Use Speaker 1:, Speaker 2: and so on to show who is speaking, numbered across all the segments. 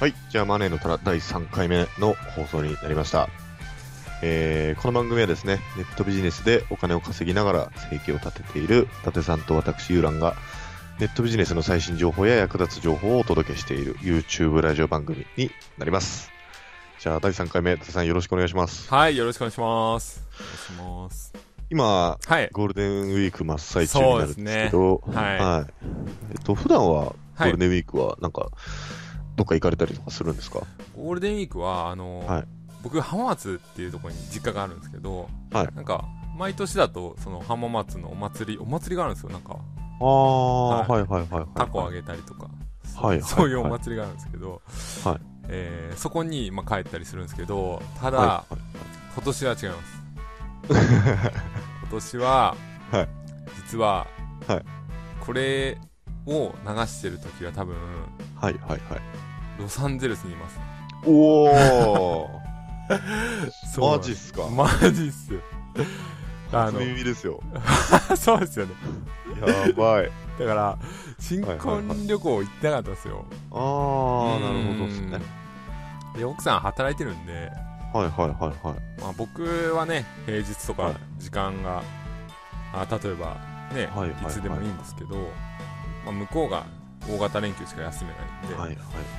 Speaker 1: はい。じゃあ、マネーの虎第3回目の放送になりました。えーこの番組はですね、ネットビジネスでお金を稼ぎながら生計を立てている伊達さんと私、ゆうらんが、ネットビジネスの最新情報や役立つ情報をお届けしている YouTube ラジオ番組になります。じゃあ、第3回目、伊達さんよろしくお願いします。
Speaker 2: はい、よろしくお願いします。お願いします。
Speaker 1: 今、
Speaker 2: はい。
Speaker 1: ゴールデンウィーク真っ最中になるんですけど、
Speaker 2: そうですねはい
Speaker 1: い。えっと、普段は、ゴールデンウィークは、なんか、どっか行かれたりとかするんですか
Speaker 2: ゴールデンウィークは、あの、
Speaker 1: はい
Speaker 2: 僕、浜松っていうところに実家があるんですけど、
Speaker 1: はい
Speaker 2: なんか、毎年だと、その浜松のお祭り、お祭りがあるんですよ。なんか、
Speaker 1: ああ、
Speaker 2: は
Speaker 1: はいはいはいはい。
Speaker 2: タコあげたりとか、
Speaker 1: はいはい
Speaker 2: そういうお祭りがあるんですけど、
Speaker 1: はい
Speaker 2: えーそこに、まあ、帰ったりするんですけど、ただ、
Speaker 1: はい
Speaker 2: 今年は違 います。今年は、
Speaker 1: はい
Speaker 2: 実は、
Speaker 1: はい
Speaker 2: これを流してる時は多分、
Speaker 1: はいはいはいはい。
Speaker 2: ロサンゼルスにいます。
Speaker 1: おお
Speaker 2: そう な
Speaker 1: マ
Speaker 2: んです
Speaker 1: ジっすか。
Speaker 2: マジっすよ。 あ
Speaker 1: 初
Speaker 2: の、
Speaker 1: 耳です よ。
Speaker 2: そうですよね。
Speaker 1: やばい。
Speaker 2: だから、新婚旅行行ってなかったんですよ。
Speaker 1: ああ、なるほど
Speaker 2: っ
Speaker 1: ですね。
Speaker 2: で、奥さん働いてるんで、
Speaker 1: はいはいはいはい。
Speaker 2: まあ僕はね、平日と
Speaker 1: はい
Speaker 2: か時間が、あ例えばね、
Speaker 1: はいはいはい
Speaker 2: いつでもいいんですけど、まあ向こうが大型連休しか休めないんで、
Speaker 1: はいはい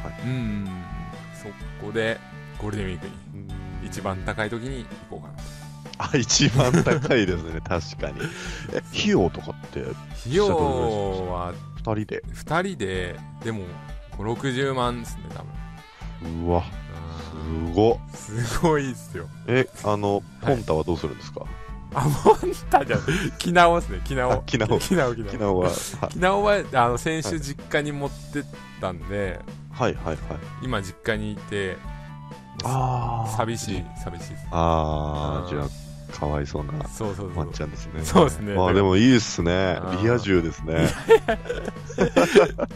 Speaker 1: はい。
Speaker 2: うん、そこでゴールデンウィークに、
Speaker 1: うーん
Speaker 2: 一番高い時に行こうかなと。
Speaker 1: あ、一番高いですね、確かに。 え、費用とかって、
Speaker 2: 費用は
Speaker 1: 二人で。
Speaker 2: 2人ででも560万ですね多分
Speaker 1: うわ、すごっ。
Speaker 2: うんすごいっすよ
Speaker 1: え、あの、ポンタはどうするんですか
Speaker 2: あモンタじゃんキナオっすねキナ
Speaker 1: あ
Speaker 2: オ
Speaker 1: キナオ
Speaker 2: キナオキナオ
Speaker 1: 昨日は、は
Speaker 2: キナオはあの先週実家に持ってったんで、
Speaker 1: はい はいはい。
Speaker 2: 今実家にいて
Speaker 1: あー
Speaker 2: 寂しい。寂しいっす
Speaker 1: あ
Speaker 2: う
Speaker 1: あ、
Speaker 2: ん
Speaker 1: じゃあ、かわいそうな
Speaker 2: そうそうそ
Speaker 1: ワ
Speaker 2: う
Speaker 1: ンちゃんですね。
Speaker 2: そうですね
Speaker 1: まあでもいいですね
Speaker 2: あ。ー
Speaker 1: リア充です ね。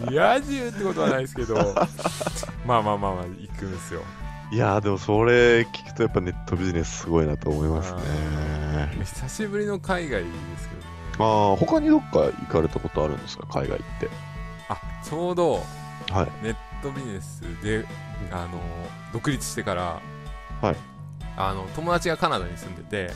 Speaker 2: リア充ってことはないですけどまあまあまあまあ行くんですよ
Speaker 1: いやーでもそれ聞くとやっぱネットビジネスすごいなと思いますね。
Speaker 2: 久しぶりの海外ですけどね
Speaker 1: ああ、他にどっか行かれたことあるんですか海外行って。
Speaker 2: あちょうど
Speaker 1: はい。
Speaker 2: ネットビジネスで、あの独立してから、
Speaker 1: はい
Speaker 2: あの友達がカナダに住んでて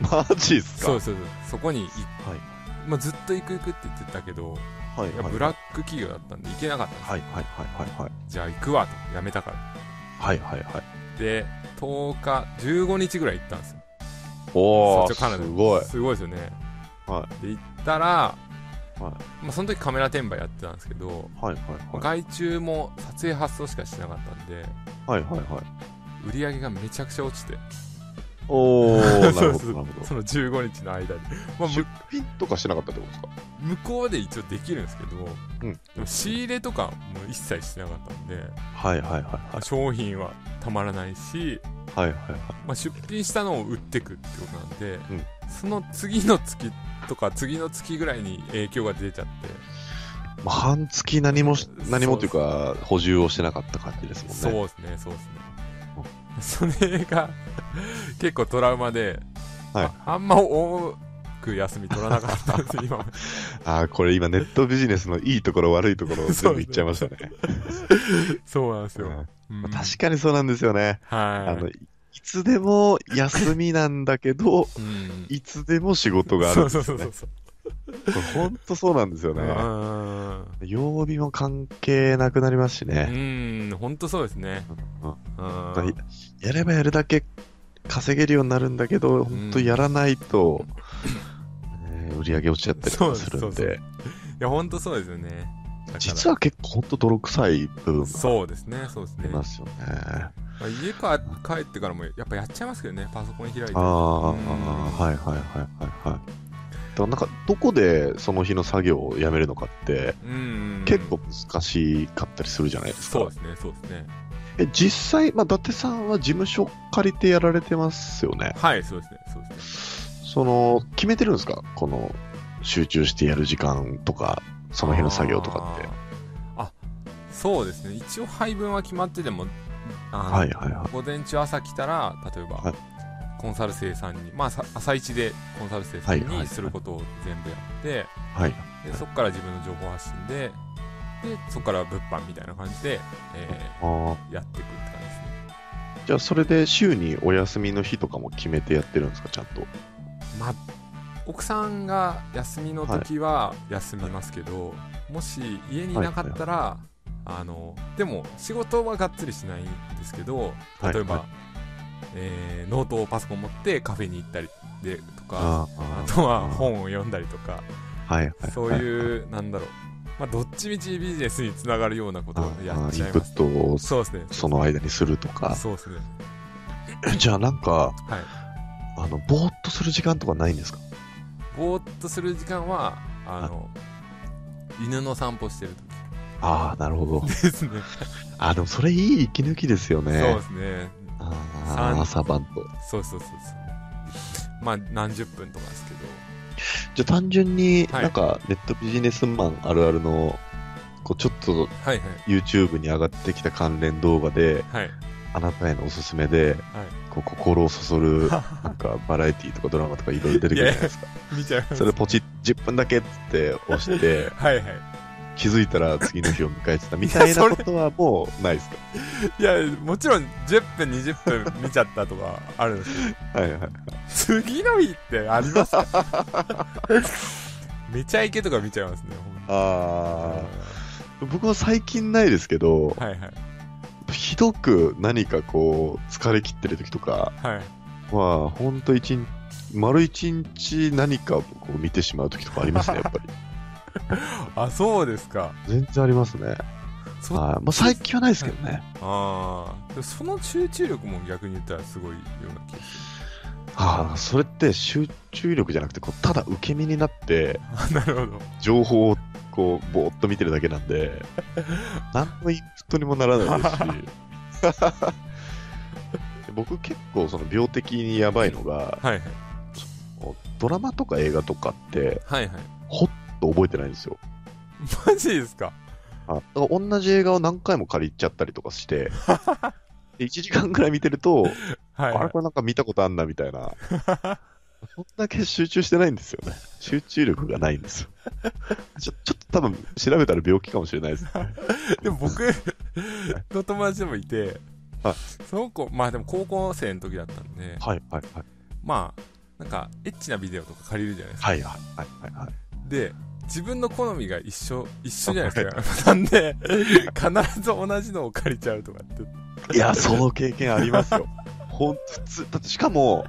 Speaker 1: マジっすか
Speaker 2: そうそうそうそこにい、
Speaker 1: はい
Speaker 2: まあ、ずっと行く行くって言ってたけど、
Speaker 1: はい
Speaker 2: いや
Speaker 1: はい
Speaker 2: ブラック企業だったんで行けなかったんです、
Speaker 1: はいはいはいはいはい。
Speaker 2: じゃあ行くわとやめたから
Speaker 1: はいはいはい。
Speaker 2: で10日15日ぐらい行ったんですよ
Speaker 1: おー、
Speaker 2: そっちのカナダ
Speaker 1: すごい。
Speaker 2: すごいですよね、
Speaker 1: は
Speaker 2: で行ったら、まあ、その時カメラ転売やってたんですけど、
Speaker 1: はいはいはい。
Speaker 2: 外注も撮影発送しかしてなかったんで
Speaker 1: はいはいはい。
Speaker 2: 売り上げがめちゃくちゃ落ちて
Speaker 1: おー、な
Speaker 2: そ
Speaker 1: る
Speaker 2: う
Speaker 1: ほ
Speaker 2: そう
Speaker 1: どなるほ
Speaker 2: その15日の間に、
Speaker 1: ど。
Speaker 2: まあ、
Speaker 1: 出品とかしなかったってことですか
Speaker 2: む向こうで一応できるんですけど、
Speaker 1: うん
Speaker 2: でも仕入れとかも一切してなかったんで、
Speaker 1: はいはいはいは
Speaker 2: 商品はたまらないし、
Speaker 1: い。はいはいはい。
Speaker 2: まあ、出品したのを売ってくってことなんで、
Speaker 1: うん
Speaker 2: その次の月とか次の月ぐらいに影響が出ちゃって、
Speaker 1: まあ、半月何もし、何もというか、補充をしてなかった感じですもんね。
Speaker 2: そうですねそうですね、それが結構トラウマで、
Speaker 1: はい
Speaker 2: ああんま多く休み取らなかったんです今 まで
Speaker 1: ああ、これ今ネットビジネスのいいところ悪いところを全部言っちゃいましたね。
Speaker 2: そうなんですよ、
Speaker 1: うん
Speaker 2: うん
Speaker 1: まあ確かにそうなんですよね。
Speaker 2: はい
Speaker 1: あの、いいつでも休みなんだけ ど、
Speaker 2: うん
Speaker 1: いつでも仕事があ
Speaker 2: そ
Speaker 1: る
Speaker 2: う。そうそうそうそう
Speaker 1: これほんとそうなんですよ
Speaker 2: う
Speaker 1: ね。
Speaker 2: ーん
Speaker 1: 曜日も関係なくなりますし
Speaker 2: う
Speaker 1: ね。
Speaker 2: ーん、本当そうですね。
Speaker 1: うん
Speaker 2: うん
Speaker 1: やっぱりやればやるだけ稼げるようになるんだけど、ほんとやらない と、ね売り上げ落ちちゃったりとかする
Speaker 2: そ
Speaker 1: ん
Speaker 2: うそうそう
Speaker 1: で、
Speaker 2: いや、本当そうですよね。だから
Speaker 1: 実は結構ほんと泥臭い部分も
Speaker 2: そうですね、そうです
Speaker 1: あ
Speaker 2: ね
Speaker 1: り。
Speaker 2: ま
Speaker 1: ますよね。
Speaker 2: あ、家か帰ってからも、やっぱやっちゃいますけどね、パソコン開いて。
Speaker 1: ああ、は
Speaker 2: うん
Speaker 1: いはいはいはいはい。だからなんか、どこでその日の作業をやめるのかって、
Speaker 2: うん。
Speaker 1: 結構難しかったりするじゃないですか。
Speaker 2: そうですね、そうですね。
Speaker 1: え実際、まあ、伊達さんは事務所借りてやられてますよね。
Speaker 2: はい、そうですね、そうですね。
Speaker 1: その、決めてるんですかこの、集中してやる時間とか、その辺の作業とかって。
Speaker 2: あーあそうですね一応配分は決まっててもあの
Speaker 1: はいはいは
Speaker 2: 午前中朝来たら例えば、
Speaker 1: はい
Speaker 2: コンサル生さんに、まあ、さ朝一でコンサル生さん
Speaker 1: はいはい
Speaker 2: にすることを全部やって、
Speaker 1: い。はい。
Speaker 2: でそこから自分の情報発信ででそこから物販みたいな感じで、え
Speaker 1: あー
Speaker 2: ーやっていくって感じですね
Speaker 1: じゃあ、それで週にお休みの日とかも決めてやってるんですか、ちゃんと。
Speaker 2: まあ奥さんが休みの時は休みますけど、もし家にいなかったら、あのでも仕事はがっつりしないんですけど例
Speaker 1: は
Speaker 2: えば、
Speaker 1: いは
Speaker 2: えーノートをパソコン持ってカフェに行ったりでとか
Speaker 1: あ
Speaker 2: あ
Speaker 1: ー
Speaker 2: とは本を読んだりとか
Speaker 1: はいはい。
Speaker 2: そういうなんだろう、まあ、どっちみちビジネスにつながるようなことをや
Speaker 1: あー
Speaker 2: っ
Speaker 1: イ
Speaker 2: ちゃ
Speaker 1: ン
Speaker 2: い
Speaker 1: プ
Speaker 2: ます
Speaker 1: ットを
Speaker 2: そうですね
Speaker 1: その間にするとか。
Speaker 2: そうですね
Speaker 1: じゃあ、なんか、
Speaker 2: はい
Speaker 1: あの、ぼーっとする時間とかないんですか
Speaker 2: ぼーっとする時間はあの犬の散歩してる
Speaker 1: ああ、なるほど。
Speaker 2: 時ですね
Speaker 1: あーでもそれいい息抜きですよね。
Speaker 2: そうですね。
Speaker 1: あー
Speaker 2: 三
Speaker 1: 朝晩と。
Speaker 2: そうそうそうそう。まあ、何十分とかですけど。
Speaker 1: じゃあ単純に
Speaker 2: はい
Speaker 1: なんかネットビジネスマンあるあるのこうちょっと
Speaker 2: はいはい。
Speaker 1: YouTube に上がってきた関連動画で
Speaker 2: はい。
Speaker 1: あなたへのおすすめでこう心をそそるなんかバラエティとかドラマとかいろいろ出てくるじゃないですか
Speaker 2: 見 ちゃいます。
Speaker 1: それポチッ10分だけっつって押して
Speaker 2: はいはい。
Speaker 1: 気づいたら次の日を迎えてたみたいなことはもうないですか
Speaker 2: いや、もちろん10分、20分見ちゃったとかあるんです
Speaker 1: はいはい
Speaker 2: けど、次の日ってありますか めちゃイケとか見ちゃいますね、ほんと
Speaker 1: あー僕は最近ないですけど
Speaker 2: はいはい。
Speaker 1: ひどく何かこう疲れ切ってる時とか
Speaker 2: はい。
Speaker 1: まあ、ほんと一日、丸一日何かをこう見てしまう時とかありますね、やっ ぱり。
Speaker 2: あ、そうですか。
Speaker 1: 全然ありますね。
Speaker 2: そ
Speaker 1: はい。まあ、最近はないですけどね。
Speaker 2: あーでもその集中力も逆に言ったらすごいような気がす
Speaker 1: ああ、それって集中力じゃなくて、こうただ受け身になって、
Speaker 2: る。 あなるほど。
Speaker 1: 情報をこう、ぼーっと見てるだけなんで、 何のインプットにもならないですし。僕結構その病的にやばいのが
Speaker 2: はいはい。
Speaker 1: ドラマとか映画とかって
Speaker 2: はいはい。
Speaker 1: 覚えてないんですよ
Speaker 2: マジですか
Speaker 1: あだから同じ映画を何回も借りちゃったりとか して、1時間ぐらい見てると、
Speaker 2: はい、
Speaker 1: あれこれなんか見たことあんなみたいな。そんだけ集中してないんですよね。集中力がないんですよ。ちょちょっと多分調べたら病気かもしれない です。
Speaker 2: でも 僕の友達でもいて、
Speaker 1: はい
Speaker 2: その子まあでも高校生の時だったんで
Speaker 1: はいはいはい。
Speaker 2: まあなんかエッチなビデオとか借りるじゃないですか
Speaker 1: はいはいはいはい。
Speaker 2: で自分の好みが一緒一緒じゃない ですかなんで必ず同じのを借りちゃうとかって
Speaker 1: いや、その経験ありますよ。 ほんと、普通、だってしかも、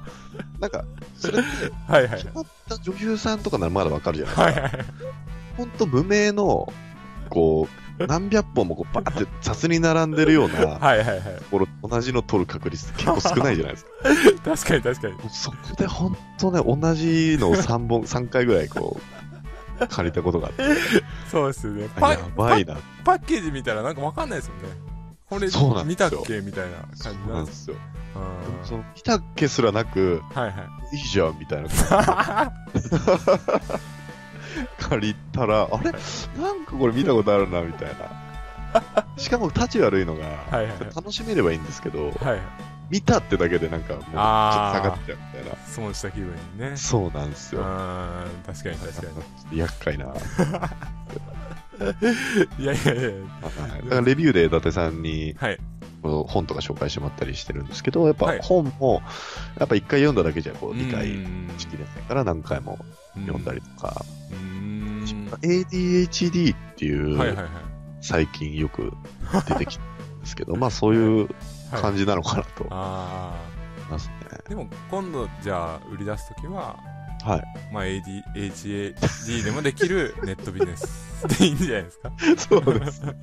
Speaker 1: なんか、それって
Speaker 2: はいはい
Speaker 1: 決まった女優さんとかならまだわかるじゃないですか。
Speaker 2: はいはい
Speaker 1: ほんと無名の、こう、何百本もこうバーって雑に並んでるような、
Speaker 2: はいはいはい
Speaker 1: これ同じの取る確率って結構少ないじゃないですか。
Speaker 2: 確かに確か に
Speaker 1: そこで本当ね、同じのを3本、3回ぐ らいこう、借りたことがあって、
Speaker 2: そうですよねパ
Speaker 1: やばいな。
Speaker 2: パッケージ見たらなんかわかんないですもんねこれ
Speaker 1: そうなんで
Speaker 2: 見
Speaker 1: すよ
Speaker 2: たっけみたいな
Speaker 1: そう
Speaker 2: 感じ
Speaker 1: な
Speaker 2: なん
Speaker 1: ん
Speaker 2: で
Speaker 1: ですすよ。
Speaker 2: うん
Speaker 1: その見たっけすらなく、
Speaker 2: はいはい
Speaker 1: いいじゃんみたい な感じで借りたら、あれなんかこれ見たことあるな、みたいな。しかも、立ち悪いのが、
Speaker 2: はいはいはい
Speaker 1: 楽しめればいいんですけど、
Speaker 2: はい
Speaker 1: 見たってだけでなんかもう、ちょっと下が
Speaker 2: あ
Speaker 1: っちゃうみたい
Speaker 2: 損した気分にね
Speaker 1: な。そうなんですよ。
Speaker 2: あー確かに確か
Speaker 1: ちょっと厄介 な。
Speaker 2: に。いやいやいや、
Speaker 1: はいだからレビューで伊達さんに
Speaker 2: はい。
Speaker 1: こう本とか紹介してもらったりしてるんですけど、やっぱ
Speaker 2: はい
Speaker 1: 本も、やっぱ一回読んだだけじゃこう理
Speaker 2: う
Speaker 1: 解
Speaker 2: ん
Speaker 1: しきれないから何回も読んだりとか、
Speaker 2: うーん。
Speaker 1: ADHD っていう、
Speaker 2: はいはいはい。
Speaker 1: 最近よく出てきたんですけ ど、まあそういう
Speaker 2: はい、
Speaker 1: 感じなのかなと思い
Speaker 2: あ
Speaker 1: ますね。
Speaker 2: あ。でも今度じゃあ売り出すときは、
Speaker 1: はい。
Speaker 2: まあ AD、ADHD でもできるネットビジネスでいいんじゃないですか。
Speaker 1: そうですね。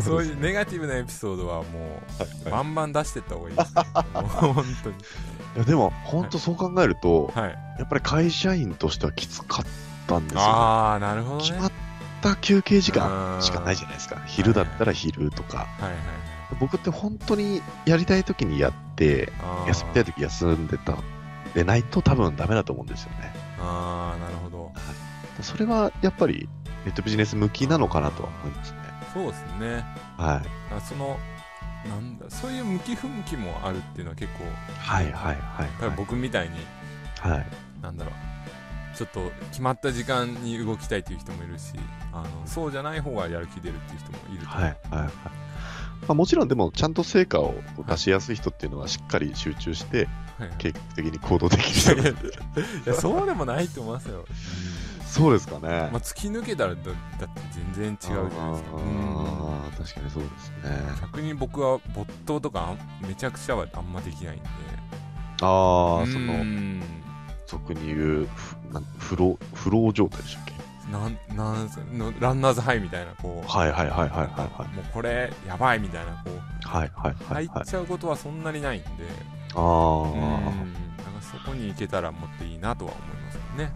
Speaker 2: そういうネガティブなエピソードはもう、バンバン出してった方がいいです、ね。もう本当に。
Speaker 1: いやでも、本当そう考えると、
Speaker 2: はい。
Speaker 1: やっぱり会社員としてはきつかったんですよね。
Speaker 2: ああ、なるほどね。
Speaker 1: 決ま
Speaker 2: は
Speaker 1: った休憩時間しかないじゃないですか。昼だったら昼とか。
Speaker 2: いはいはい。
Speaker 1: 僕って本当にやりたい時にやって、
Speaker 2: あー
Speaker 1: 休みたい時休んでた、でないと多分ダメだと思うんですよね。
Speaker 2: あー、なるほど。
Speaker 1: それはやっぱりネットビジネス向きなのかなとは思いますね。
Speaker 2: そうです
Speaker 1: は
Speaker 2: ね
Speaker 1: い。
Speaker 2: だからそのなんだそういう向き不向きもあるっていうのは結構
Speaker 1: はいはいはい、
Speaker 2: 多分
Speaker 1: はい。
Speaker 2: 僕みたいに、
Speaker 1: はい。
Speaker 2: なんだろうちょっと決まった時間に動きたいっていう人もいるしあのそうじゃない方がやる気出るっていう人もいると、
Speaker 1: はいはいはい。まあ、もちろんでも、ちゃんと成果をこう出しやすい人っていうのはしっかり集中して、
Speaker 2: はい はい
Speaker 1: 計画的に行動でき る人。
Speaker 2: いやそうでもないと思いますよ、
Speaker 1: そうですかね。
Speaker 2: まあ、突き抜けたらだだって全然違うじゃないですかう
Speaker 1: あ
Speaker 2: ん
Speaker 1: ー確かにそうですね。
Speaker 2: 逆に僕は没頭とかあんめちゃくちゃはあんまできないんで
Speaker 1: ああ、
Speaker 2: う
Speaker 1: その、
Speaker 2: ん
Speaker 1: 俗に言う、ふなん不老、不老状態でしたっけ
Speaker 2: なんなんですかのランナーズハイみたいなこう、
Speaker 1: はいはいはいはいはい
Speaker 2: もうこれやばいみたいなこう
Speaker 1: はい。はいはいはい、
Speaker 2: 入
Speaker 1: は
Speaker 2: っ
Speaker 1: い。
Speaker 2: ちゃうことはそんなにないんで、
Speaker 1: あ
Speaker 2: うん
Speaker 1: あ。
Speaker 2: だからそこに行けたらもっといいなとは思いますよね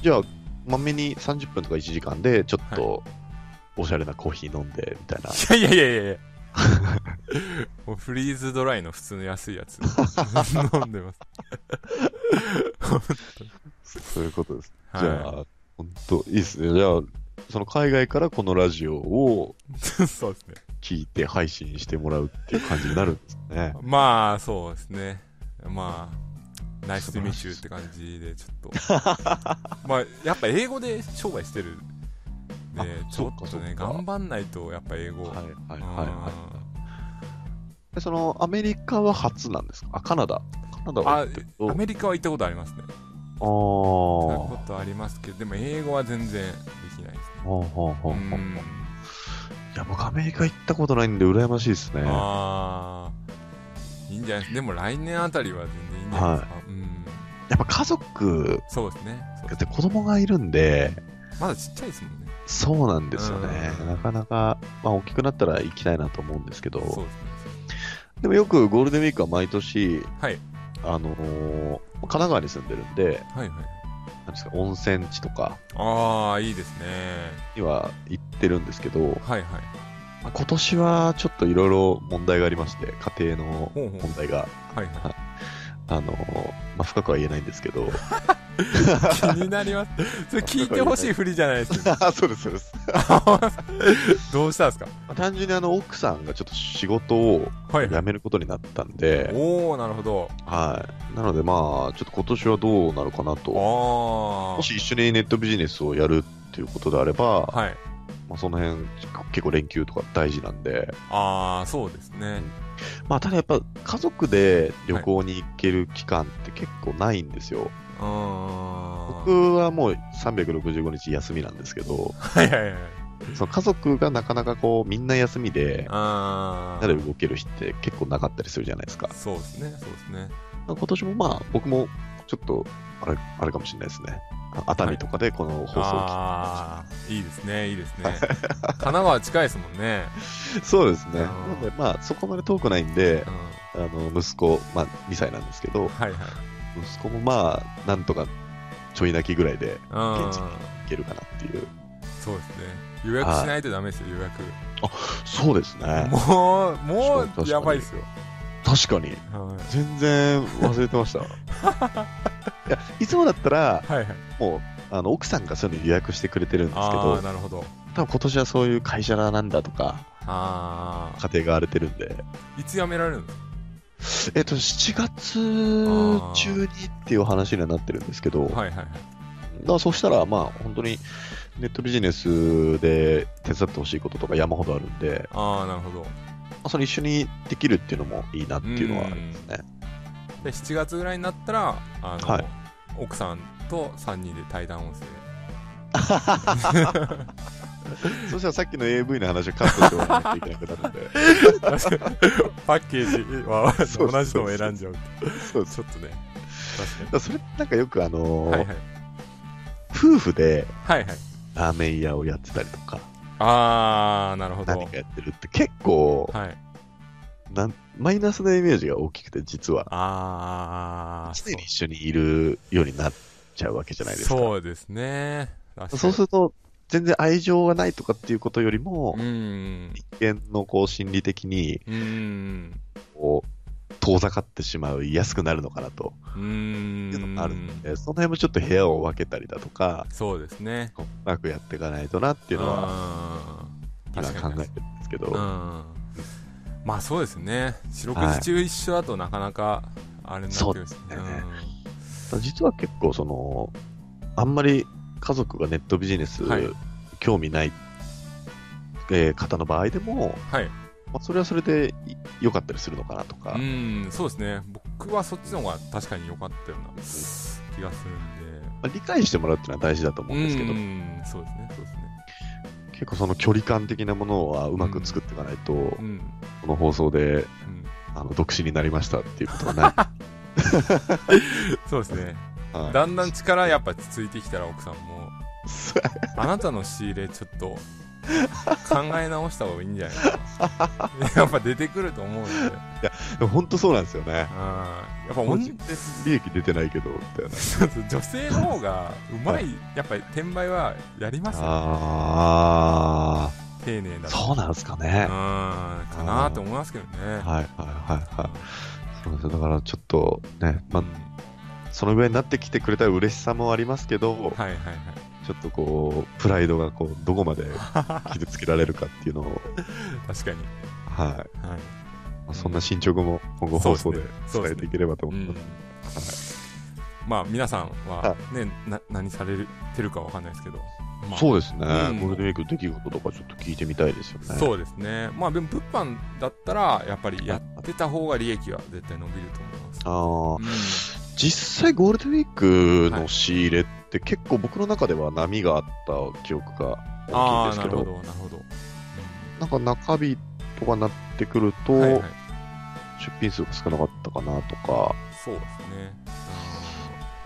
Speaker 1: じゃあ、まめに30分とか1時間で、ちょっと、おしゃれなコーヒー飲んで、みたいな。
Speaker 2: いやいやいやいやいやもうフリーズドライの普通の安いや つ飲んでます
Speaker 1: そういうことです。
Speaker 2: はい
Speaker 1: じゃあ、本当いいですね。じゃあ、その海外からこのラジオを
Speaker 2: そうですね
Speaker 1: 聞いて配信してもらうっていう感じになるんですね。
Speaker 2: まあそうですねまあナイスミッシュって感じでち ょっとまあやっぱ英語で商売してるんで
Speaker 1: あ
Speaker 2: ちょっと
Speaker 1: そっかそ
Speaker 2: ね
Speaker 1: っか
Speaker 2: 頑張んないとやっぱ英語、
Speaker 1: はいはいはい
Speaker 2: うん
Speaker 1: はい。でそのアメリカは初なんですかあ、カナダ。カナダは
Speaker 2: あ
Speaker 1: けど
Speaker 2: アメリカは行ったことありますね
Speaker 1: あ
Speaker 2: 行った
Speaker 1: ー
Speaker 2: ことありますけどでも英語は全然できないですね
Speaker 1: ほうほうほうほう
Speaker 2: うん
Speaker 1: いや、僕アメリカ行ったことないんで羨ましいですね。は
Speaker 2: ああいいんじゃないですでも来年あたりは全然いいんじゃないですか、うん
Speaker 1: いやっぱ家族
Speaker 2: そうですねそう
Speaker 1: で子供がいるんで、
Speaker 2: まだちっちゃいですもんね
Speaker 1: そうなんですよね。
Speaker 2: うん
Speaker 1: なかなか、まあ大きくなったら行きたいなと思うんですけど。
Speaker 2: そうですね
Speaker 1: でもよくゴールデンウィークは毎年、
Speaker 2: はい
Speaker 1: あのー神奈川に住んでるんで、
Speaker 2: はいはい
Speaker 1: なんですか、温泉地とか
Speaker 2: ああいいですね
Speaker 1: には行ってるんですけど、
Speaker 2: はいはい
Speaker 1: まあ今年はちょっといろいろ問題がありまして、家庭の
Speaker 2: ほうほう
Speaker 1: 問題が、
Speaker 2: はいは
Speaker 1: あのーまあ、深くは言えないんですけど、
Speaker 2: い気になります それ聞いてほしいふりじゃないですよ
Speaker 1: あ そうです、そうです。
Speaker 2: どうしたんですか
Speaker 1: まあ単純にあの、奥さんがちょっと仕事を
Speaker 2: はい
Speaker 1: 辞めることになったんで、
Speaker 2: おおなるほど
Speaker 1: はい。なのでまあ、ちょっと今年はどうなるかなと。
Speaker 2: あ
Speaker 1: もし一緒にネットビジネスをやるっていうことであれば、
Speaker 2: あはい
Speaker 1: まあ、その辺結構連休とか大事なんで、
Speaker 2: ああそうですね
Speaker 1: まあ、ただやっぱ家族で旅行に行ける期間って結構ないんですよ、
Speaker 2: うーん
Speaker 1: 僕はもう365日休みなんですけど
Speaker 2: はいはいはい
Speaker 1: その家族がなかなかこうみんな休みで
Speaker 2: あ
Speaker 1: みんなで
Speaker 2: あ
Speaker 1: 動ける日って結構なかったりするじゃないですか
Speaker 2: そうですねそうですね
Speaker 1: 今年もまあ僕もちょっとあれあれかもしれないですねあ熱海とかでこの放送を聞
Speaker 2: ああいいですねいいです ね神奈川近いですもんね、
Speaker 1: いてそうですね
Speaker 2: あ
Speaker 1: な
Speaker 2: ー
Speaker 1: のでまあそこまで遠くないんで
Speaker 2: うん、
Speaker 1: あの息子、まあ、2歳なんですけど
Speaker 2: はいはい
Speaker 1: 息子もまあなんとかちょい泣きぐらいで
Speaker 2: うん
Speaker 1: 現地いけるかなっていう
Speaker 2: そうですね予約しないとダメですよ予約
Speaker 1: そうですね
Speaker 2: もうも
Speaker 1: 確か
Speaker 2: う
Speaker 1: に
Speaker 2: やばいですよ、
Speaker 1: 確かに
Speaker 2: は
Speaker 1: 全然忘れてま したいやいつもだったら
Speaker 2: い、はいはい
Speaker 1: もうあの奥さんがそういうの予約してくれてるんですけ
Speaker 2: ああ
Speaker 1: ど
Speaker 2: なるほど
Speaker 1: 多分今年はそういう会社なんだとか
Speaker 2: ああ
Speaker 1: 家庭が荒れてるんで
Speaker 2: いつ辞められるんですか
Speaker 1: えっと7月中にっていう話にはなってるんですけどだか
Speaker 2: はいはいはい
Speaker 1: らそしたらまあ本当にネットビジネスで手伝ってほしいこととか山ほどあるんで
Speaker 2: ああなるほど
Speaker 1: まあそれ一緒にできるっていうのもいいなっていうのはありますね。
Speaker 2: で7月ぐらいになったらあの、
Speaker 1: はい
Speaker 2: 奥さんと3人で対談をして
Speaker 1: そしたらさっきの AV の話をカットしてもらわないといけなくなるんで。
Speaker 2: 確かに パッケージは
Speaker 1: そうそうそう
Speaker 2: 同じのを選んじゃうって
Speaker 1: そうです
Speaker 2: ちょっとね確か
Speaker 1: それなんかよくあの
Speaker 2: に
Speaker 1: ー
Speaker 2: はいはい
Speaker 1: 夫婦で
Speaker 2: はいはい
Speaker 1: ラーメン屋をやってたりとか、
Speaker 2: ああなるほど
Speaker 1: 何かやってるって結構、
Speaker 2: はい
Speaker 1: なんマイナスなイメージが大きくて、実は。
Speaker 2: ああ
Speaker 1: 常に一緒にいるようになっちゃうわけじゃないですか。
Speaker 2: そうですね確かに
Speaker 1: そうすると、全然愛情がないとかっていうことよりも
Speaker 2: う、ん
Speaker 1: 人間のこう心理的に
Speaker 2: うん
Speaker 1: こう遠ざかってしまう、安くなるのかなと
Speaker 2: う
Speaker 1: いうの
Speaker 2: ーん
Speaker 1: もあるので、その辺もちょっと部屋を分けたりだとか、
Speaker 2: そうですね
Speaker 1: うまくやっていかないとなっていうのは、
Speaker 2: うん
Speaker 1: 今
Speaker 2: 確か
Speaker 1: 考
Speaker 2: に
Speaker 1: えてるんですけど、
Speaker 2: うんまあそうですね四六時中一緒だとなかなかあれになってくるし
Speaker 1: そうですね実は結構その、あんまり家族がネットビジネス
Speaker 2: はい
Speaker 1: 興味ない、えー方の場合でも、
Speaker 2: うんはい
Speaker 1: まあ、それはそれでい良かったりするのかなとか、
Speaker 2: うんそうですね僕はそっちの方が確かに良かったような気がするんで
Speaker 1: まあ理解してもらうっていうのは大事だと思うんですけど、
Speaker 2: うんそうですねそうですね
Speaker 1: 結構その距離感的なものはうまく作っていかないと、
Speaker 2: うん
Speaker 1: この放送で
Speaker 2: うん
Speaker 1: あの独身になりましたっていうことはない。
Speaker 2: そうですね
Speaker 1: はい
Speaker 2: だんだん力やっぱついてきたら奥さん もあなたの仕入れちょっと考え直した方がいいんじゃないかな やっぱ出てくると思うんでうん
Speaker 1: でも本当そうなんですよね。
Speaker 2: やっぱ
Speaker 1: 個
Speaker 2: 女
Speaker 1: 人で利益出てないけど、みたいな。
Speaker 2: そうそう女性の方がうまい、やっぱり転売はやりますよ
Speaker 1: あ
Speaker 2: 丁寧だ
Speaker 1: あ、
Speaker 2: と
Speaker 1: そうなんですかね
Speaker 2: うん。かなと思いますけどね
Speaker 1: はいはいはいはい。そうですよだからちょっとね、ま
Speaker 2: う
Speaker 1: あ
Speaker 2: ん、
Speaker 1: そのぐらいになってきてくれたら嬉しさもありますけど、
Speaker 2: はいはいはい
Speaker 1: ちょっとこう、プライドがこう、どこまで 傷つけられるかっていうのを、
Speaker 2: 確かに、
Speaker 1: はい。ま
Speaker 2: はい
Speaker 1: あそんな進捗も今後放送で
Speaker 2: そう
Speaker 1: 伝え
Speaker 2: ですね
Speaker 1: ていければと
Speaker 2: う
Speaker 1: 思い
Speaker 2: ん
Speaker 1: ます。
Speaker 2: まあ皆さんは、ね、な何されてるかわかんないですけど、まあ
Speaker 1: そうですね、
Speaker 2: うん
Speaker 1: ゴールデンウィーク出来事とかちょっと聞いてみたいですよね。
Speaker 2: そうですね。まあでも物販だったら、やっぱりやってた方が利益は絶対伸びると思います。
Speaker 1: あ
Speaker 2: う
Speaker 1: ー
Speaker 2: ん、
Speaker 1: 実際、ゴールデンウィークの仕入れって結構僕の中では波があった記憶が大きいん
Speaker 2: ああ、
Speaker 1: です
Speaker 2: な
Speaker 1: け
Speaker 2: る
Speaker 1: ど、
Speaker 2: ほど、なるほど。うん
Speaker 1: なんか中日とかなってくると、
Speaker 2: はいはい。
Speaker 1: 出品数が少なかったかなとか、
Speaker 2: そうですね。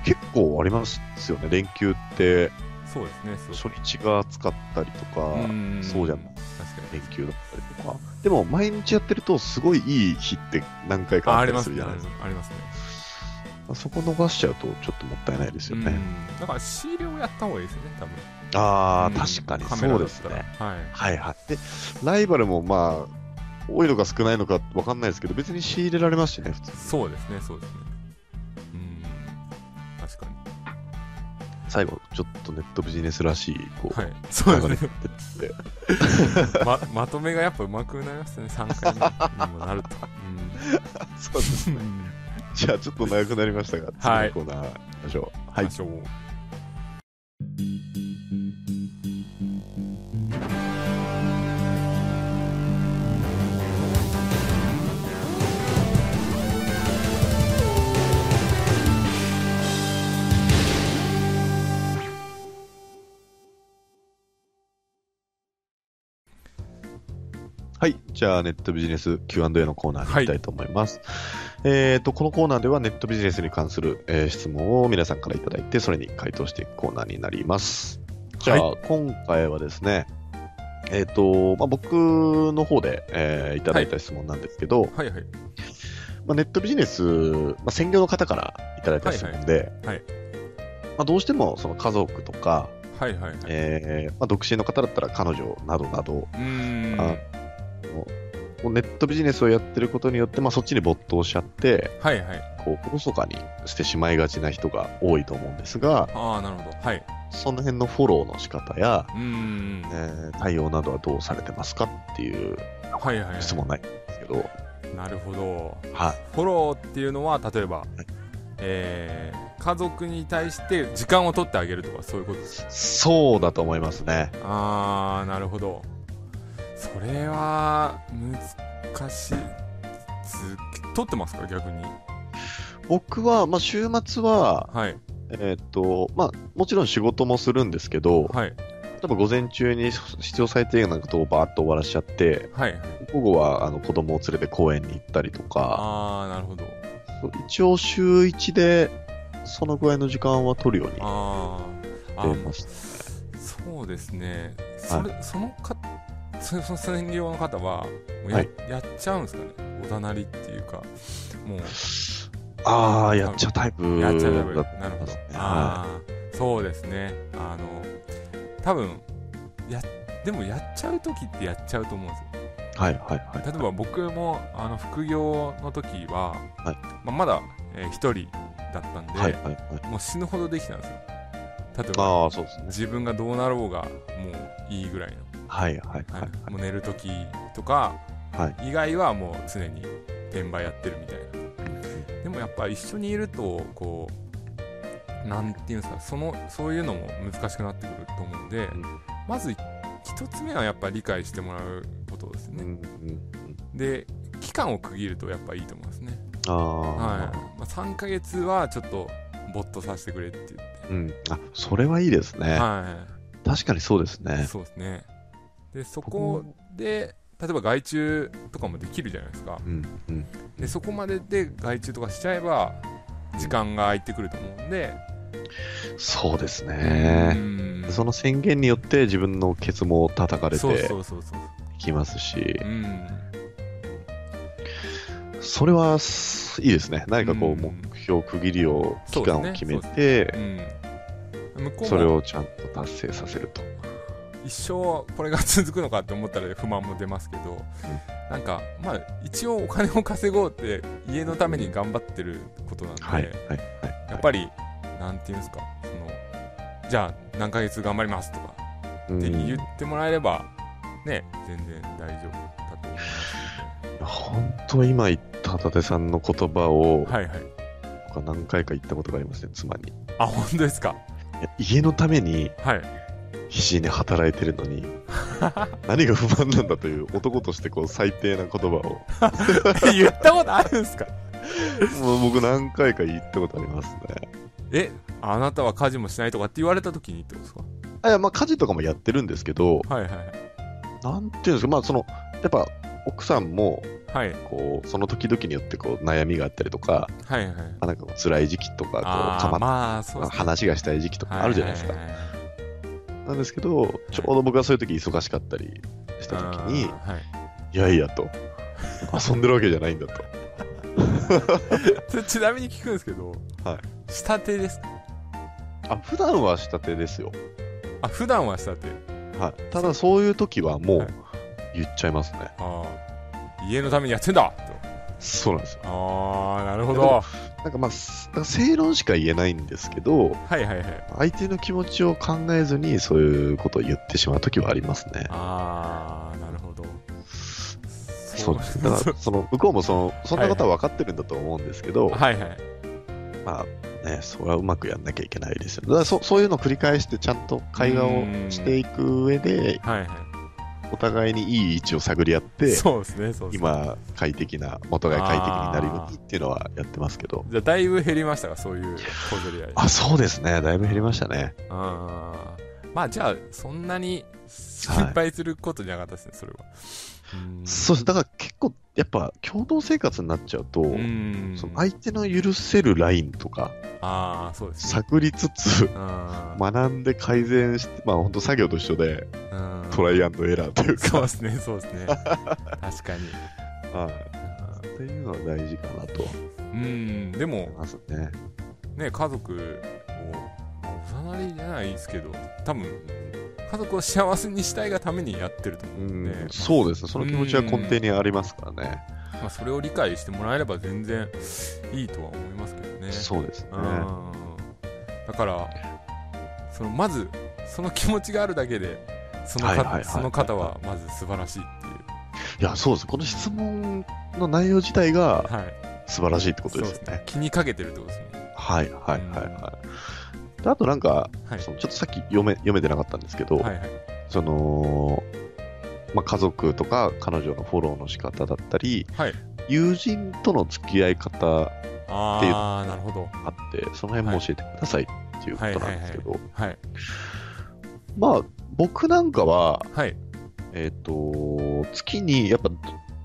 Speaker 1: 結構ありますよね、連休って
Speaker 2: うん、そうですね。そう
Speaker 1: 初日が暑かったりとか、
Speaker 2: ん
Speaker 1: そうじゃない
Speaker 2: 確かに。
Speaker 1: 連休だったりとか、でも毎日やってると、すごいいい日って何回か
Speaker 2: あ
Speaker 1: あ
Speaker 2: あ
Speaker 1: った
Speaker 2: り
Speaker 1: り
Speaker 2: ます
Speaker 1: する
Speaker 2: ね。
Speaker 1: じゃないですか。
Speaker 2: ありますね。
Speaker 1: そこ逃しちゃうと、ちょっともったいないですよね。
Speaker 2: うん、だから仕入れをやった方がいいですよね、多分。
Speaker 1: ああ、
Speaker 2: うん
Speaker 1: 確かに
Speaker 2: カメ
Speaker 1: そう
Speaker 2: ラだ
Speaker 1: で
Speaker 2: っ
Speaker 1: す
Speaker 2: たら
Speaker 1: ね。
Speaker 2: はい。
Speaker 1: はいはい。で、ライバルもまあ、多いのか少ないのか分かんないですけど、別に仕入れられますしね、普通。
Speaker 2: そうですね、そうですね。うん。確かに。
Speaker 1: 最後、ちょっとネットビジネスらしい、こう、
Speaker 2: はい。そうです
Speaker 1: 流
Speaker 2: ね
Speaker 1: れ。てってて。
Speaker 2: ままとめがやっぱうまくなりましたね3回目にもなると、
Speaker 1: そうです
Speaker 2: うん
Speaker 1: ね。じゃあ、ちょっと長くなりましたが、
Speaker 2: はい
Speaker 1: 次のコーナー、行きましょう。は
Speaker 2: はいい、。しょう
Speaker 1: はい。じゃあ、ネットビジネス Q&A のコーナーに行きたいと思います。えっ、と、このコーナーではネットビジネスに関する、えー質問を皆さんからいただいて、それに回答していくコーナーになります。じゃあ、今回はですね、えっ、と、まあ、僕の方で、えーいただいた質問なんですけど、
Speaker 2: はいはい
Speaker 1: まあ、ネットビジネス、まあ、専業の方からいただいた質問で、
Speaker 2: はいはい
Speaker 1: まあ、どうしてもその家族とか、
Speaker 2: はいはいはい
Speaker 1: えーまあ、独身の方だったら彼女などなど、
Speaker 2: うーん
Speaker 1: あこうネットビジネスをやってることによって、まあ、そっちに没頭しちゃって、
Speaker 2: はいはい
Speaker 1: こう、おろそかにしてしまいがちな人が多いと思うんですが、
Speaker 2: ああなるほどはい
Speaker 1: その辺のフォローの仕方や、
Speaker 2: うーん
Speaker 1: えー対応などはどうされてますかっていう
Speaker 2: はいはい、はい、
Speaker 1: 質問ないんですけど、
Speaker 2: なるほど
Speaker 1: はい。
Speaker 2: フォローっていうのは例えば、えー家族に対して時間を取ってあげるとかそういうことです
Speaker 1: そうだと思いますね。
Speaker 2: ああなるほどそれは難しいつ取ってますか逆に
Speaker 1: 僕は、まあ、週末は、
Speaker 2: はい
Speaker 1: えーっと、まあ、もちろん仕事もするんですけど、
Speaker 2: はい
Speaker 1: 例えば午前中に必要最低限なことをバーッと終わらしちゃって、
Speaker 2: はい
Speaker 1: 午後はあの子供を連れて公園に行ったりとか、
Speaker 2: ああなるほど
Speaker 1: そう一応週1で、そのぐらいの時間は取るようにし
Speaker 2: あー
Speaker 1: てま
Speaker 2: あ
Speaker 1: す。
Speaker 2: そうですねそれ、そのかそその専業の方はもうや,、
Speaker 1: はい
Speaker 2: やっちゃうんですかねおだなりっていうかもう
Speaker 1: ああ、やっちゃうタイプ
Speaker 2: やっちゃう
Speaker 1: だ
Speaker 2: なるほど
Speaker 1: はい
Speaker 2: あーそうですねあの多分やでもやっちゃう時ってやっちゃうと思うんですよ
Speaker 1: はいはいはい。
Speaker 2: 例えば僕もあの副業の時は、
Speaker 1: はい
Speaker 2: まあ、まだ、えー一人だったんで、
Speaker 1: はいはいはい。
Speaker 2: もう死ぬほどできたんですよ例えば
Speaker 1: ああ、そうですね。
Speaker 2: 自分がどうなろうがもういいぐらいの、
Speaker 1: はいはいはい
Speaker 2: は
Speaker 1: はい
Speaker 2: もう寝る時とか
Speaker 1: い。はい。
Speaker 2: 以外はもう常に転売やってるみたいなでもやっぱ一緒にいるとこうなんていうんですかそのそういうのも難しくなってくると思うんで、
Speaker 1: うん
Speaker 2: まず一つ目はやっぱ理解してもらうことです
Speaker 1: うんう
Speaker 2: ね、
Speaker 1: んうん
Speaker 2: で期間を区切るとやっぱいいと思いますね、
Speaker 1: あ
Speaker 2: はい
Speaker 1: あ、
Speaker 2: まあ、3ヶ月はちょっと没頭させてくれって言って、
Speaker 1: うん。あ、それはいいですね。
Speaker 2: は
Speaker 1: 確かにそうです
Speaker 2: い
Speaker 1: ね。
Speaker 2: そうですねでそこで例えば外注とかもできるじゃないですか
Speaker 1: うんうん。
Speaker 2: でそこまでで外注とかしちゃえば時間が空いてくると思うんで、
Speaker 1: そうです
Speaker 2: う
Speaker 1: ね。
Speaker 2: ん
Speaker 1: その宣言によって自分のケツも叩かれ
Speaker 2: そう
Speaker 1: て
Speaker 2: そうそうそう
Speaker 1: きますし
Speaker 2: う、ん
Speaker 1: それはいいですね。何かこ
Speaker 2: う
Speaker 1: うん目標区切りを、
Speaker 2: そ
Speaker 1: 期
Speaker 2: うです
Speaker 1: 間
Speaker 2: ね
Speaker 1: を決め
Speaker 2: そう
Speaker 1: て、
Speaker 2: うん向こ
Speaker 1: そうれ
Speaker 2: も
Speaker 1: をちゃんと達成させると。
Speaker 2: 一生これが続くのかって思ったら不満も出ますけど、なんかまあ一応お金を稼ごうって家のために頑張ってることなんで、
Speaker 1: はいはいはい。
Speaker 2: やっぱりなんていうんですかそのじゃあ何ヶ月頑張りますとか
Speaker 1: う
Speaker 2: って言
Speaker 1: ん
Speaker 2: ってもらえれば、ね全然大丈夫だと思います
Speaker 1: 本当今言った舘さんの言葉を
Speaker 2: はいはい
Speaker 1: 僕は何回か言ったことがありますね、妻に。
Speaker 2: あ本当ですか
Speaker 1: いや家のために
Speaker 2: はい
Speaker 1: 必死に働いてるのに何が不満なんだという男としてこう最低な言葉を
Speaker 2: 言ったことあるんですか
Speaker 1: もう僕何回か言ったことありますね
Speaker 2: えあなたは家事もしないとかって言われた時にってことですか
Speaker 1: あいやまあ家事とかもやってるんですけど
Speaker 2: はいはい
Speaker 1: なんていうんですかまあそのやっぱ奥さんも
Speaker 2: はいはい
Speaker 1: こうその時々によってこう悩みがあったりとか
Speaker 2: はいはい
Speaker 1: あなんかこう辛い時期とかこう
Speaker 2: あ
Speaker 1: か
Speaker 2: ー
Speaker 1: ま
Speaker 2: まあそうですね
Speaker 1: 話がしたい時期とかあるじゃないですか、なんですけどちょうど僕がそういう時忙しかったりした時に
Speaker 2: あーはい
Speaker 1: いやいやと遊んでるわけじゃないんだと
Speaker 2: それちなみに聞くんですけど、
Speaker 1: は
Speaker 2: 下手ですか
Speaker 1: あ普段は下手ですよ
Speaker 2: あ普段は下手
Speaker 1: はい、ただそういう時はも
Speaker 2: はいう
Speaker 1: 言っちゃいますね、
Speaker 2: あー家のためにやってんだと
Speaker 1: そうなんですよ
Speaker 2: ああなるほどは
Speaker 1: なんかまあすなんか正論しか言えないんですけど
Speaker 2: いはいはい
Speaker 1: 相手の気持ちを考えずにそういうことを言ってしまう時はありますね
Speaker 2: ああなるほど
Speaker 1: そうですだからその向こうもそのそんなことは分かってるんだと思うんですけど、
Speaker 2: はいはい
Speaker 1: まあねそれはうまくやんなきゃいけないですよねだからそそういうのを繰り返してちゃんと会話をしていく上で
Speaker 2: はいはい
Speaker 1: お互いにいい位置を探り合って
Speaker 2: そうですねそうですね
Speaker 1: 今快適なお互い快適になるようにっていうのはやってますけど
Speaker 2: じゃあだいぶ減りましたかそういう小競り合い
Speaker 1: あ、そうですね。だいぶ減りましたね。
Speaker 2: あーまあじゃあそんなに心配することじゃなかったですね、それはうん
Speaker 1: そうです。だから結構、やっぱ共同生活になっちゃうと、
Speaker 2: うん
Speaker 1: その相手の許せるラインとか
Speaker 2: ああそうですね
Speaker 1: 探りつつ、
Speaker 2: あー
Speaker 1: 学んで改善して、まあ本当作業と一緒で、
Speaker 2: うん
Speaker 1: トライアンドエラーという
Speaker 2: そ
Speaker 1: か、
Speaker 2: うですねそ うですね確かに
Speaker 1: はい。っていうのは大事かなと
Speaker 2: うんでも
Speaker 1: 思いますね。
Speaker 2: ね家族をまあおざなりじゃないですけど多分家族を幸せにしたいがためにやってると思う
Speaker 1: うん
Speaker 2: で、
Speaker 1: ん、そうですね。その気持ちは根底にありますからね。
Speaker 2: まあ、それを理解してもらえれば全然いいとは思いますけどね
Speaker 1: そうですね。
Speaker 2: うんだからそのまずその気持ちがあるだけでその,、
Speaker 1: はいはいはい
Speaker 2: その方はまず素晴らしいっていう
Speaker 1: いや、そうです。この質問の内容自体が
Speaker 2: はい
Speaker 1: 素晴らしいってこと
Speaker 2: そう
Speaker 1: で
Speaker 2: ですす
Speaker 1: よね
Speaker 2: ね。気にかけてるってことですね
Speaker 1: はいはいはいはい。であとなんか、
Speaker 2: はい
Speaker 1: そのちょっとさっき読め読めてなかったんですけど、
Speaker 2: はいはい
Speaker 1: その、まあ、家族とか彼女のフォローの仕方だったり、
Speaker 2: はい
Speaker 1: 友人との付き合い方
Speaker 2: ああなるほど
Speaker 1: あって、その辺も教えてくださいっていうことなんですけど、
Speaker 2: はい
Speaker 1: まあ、僕なんかは、
Speaker 2: はい
Speaker 1: えっ、と、月にやっぱ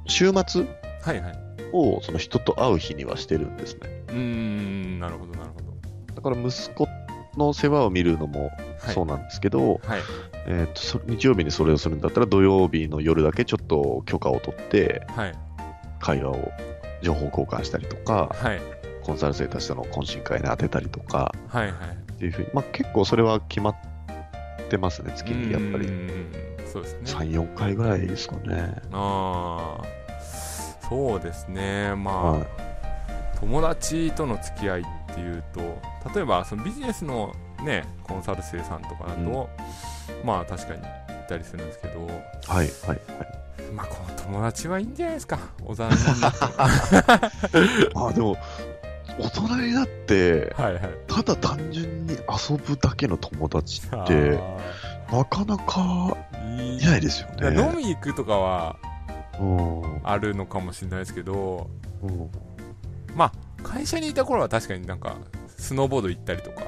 Speaker 1: 週末
Speaker 2: はいはい
Speaker 1: をその人と会う日にはしてるんですね。
Speaker 2: うーんなるほどなるほど
Speaker 1: だから息子の世話を見るのも
Speaker 2: はい
Speaker 1: そうなんですけど、
Speaker 2: はい
Speaker 1: えー、とそ日曜日にそれをするんだったら土曜日の夜だけちょっと許可を取って
Speaker 2: はい
Speaker 1: 会話を情報交換したりとか
Speaker 2: はい
Speaker 1: コンサル生たちとの懇親会に当てたりとか
Speaker 2: はいはい
Speaker 1: っていうふうに、まあ、結構それは決まってますね月にやっぱり
Speaker 2: うーんそうですね
Speaker 1: 3、4回ぐらいですかね。
Speaker 2: ああそうですねまあ、
Speaker 1: は
Speaker 2: 友達との付き合いっていうと例えばそのビジネスのねコンサル生さんとかだと、まあ確かに行ったりするんですけ
Speaker 1: い。
Speaker 2: ど
Speaker 1: はい。はい。
Speaker 2: まあこの友達はいいんじゃないですかおざん は
Speaker 1: あ、でも、大人になって、
Speaker 2: いはい
Speaker 1: ただ単純に遊ぶだけの友達
Speaker 2: あ
Speaker 1: って、
Speaker 2: ー
Speaker 1: なかなか
Speaker 2: いい
Speaker 1: いないですよ
Speaker 2: だから
Speaker 1: ね。
Speaker 2: 飲み行くとかは
Speaker 1: うん。
Speaker 2: あるのかもしれないですけど
Speaker 1: うん
Speaker 2: まあ会社にいた頃は確かになんかスノーボード行ったりとか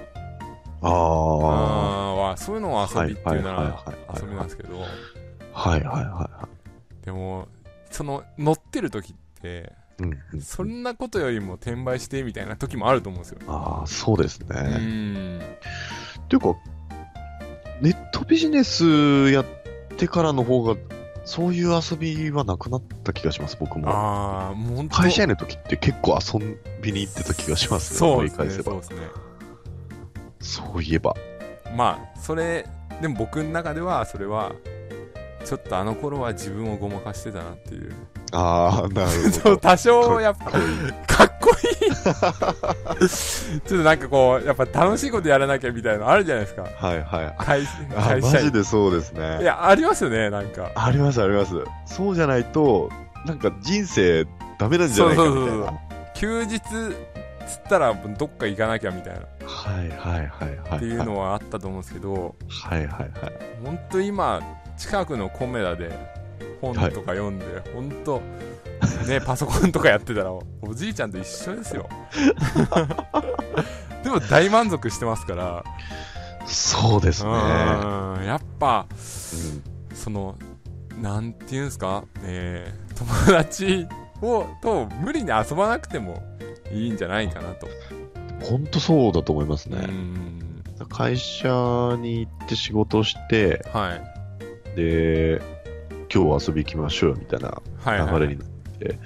Speaker 1: あ
Speaker 2: あーはそういうのは遊びっていうな
Speaker 1: はい
Speaker 2: ら
Speaker 1: はいはいはい
Speaker 2: 遊びなんですけど
Speaker 1: あ。はい。はい。はい。は
Speaker 2: でもその乗ってる時って
Speaker 1: い。うんうん。
Speaker 2: そんなことよりも転売してみたいな時もあると思うんですよ。
Speaker 1: ああ、そうです
Speaker 2: う
Speaker 1: ね。
Speaker 2: ん
Speaker 1: っていうか、ネットビジネスやってからの方が、そういう遊びはなくなった気がします、僕も。
Speaker 2: ああもう本当
Speaker 1: 会社員の時って結構遊びに行ってた気がしますね、
Speaker 2: そうで
Speaker 1: 思い返
Speaker 2: す
Speaker 1: せ
Speaker 2: ねそう
Speaker 1: ば。
Speaker 2: ですね
Speaker 1: そういえば。
Speaker 2: まあそれでも僕の中ではそれはちょっとあの頃は自分をごまかしてたなっていう
Speaker 1: ああ、なるほ
Speaker 2: そう
Speaker 1: ど。
Speaker 2: 多少やっぱ
Speaker 1: かっこいい
Speaker 2: かっこいいちょっとなんかこうやっぱ楽しいことやらなきゃみたいなのあるじゃないですか
Speaker 1: はいはい。
Speaker 2: 会
Speaker 1: あ
Speaker 2: 会
Speaker 1: マ
Speaker 2: 社員
Speaker 1: ジでそうです
Speaker 2: い
Speaker 1: ね。
Speaker 2: やありますよねなんか
Speaker 1: ありますあります。そうじゃないと、なんか人生ダメなんじゃないかみたいな。
Speaker 2: そうそうそう休日つったらどっか行かなきゃみたいなっ
Speaker 1: はいはいはいはい。
Speaker 2: ていうのはあったと思うんですけど
Speaker 1: はいはいはい。
Speaker 2: 本当今近くのコメダで本とか読んで本当ねパソコンとかやってたらおじいちゃんと一緒で すよでも大満足してますから
Speaker 1: そうですね。
Speaker 2: うんやっぱ
Speaker 1: うん
Speaker 2: そのなんていうんですか、えー友達をと無理に遊ばなくてもいいんじゃないかなと、
Speaker 1: 本当そうだと思います
Speaker 2: う
Speaker 1: ね。
Speaker 2: ん
Speaker 1: 会社に行って仕事して、
Speaker 2: はい
Speaker 1: で、今日遊び行きましょうよみたいな
Speaker 2: はいは
Speaker 1: 流
Speaker 2: い
Speaker 1: れになって、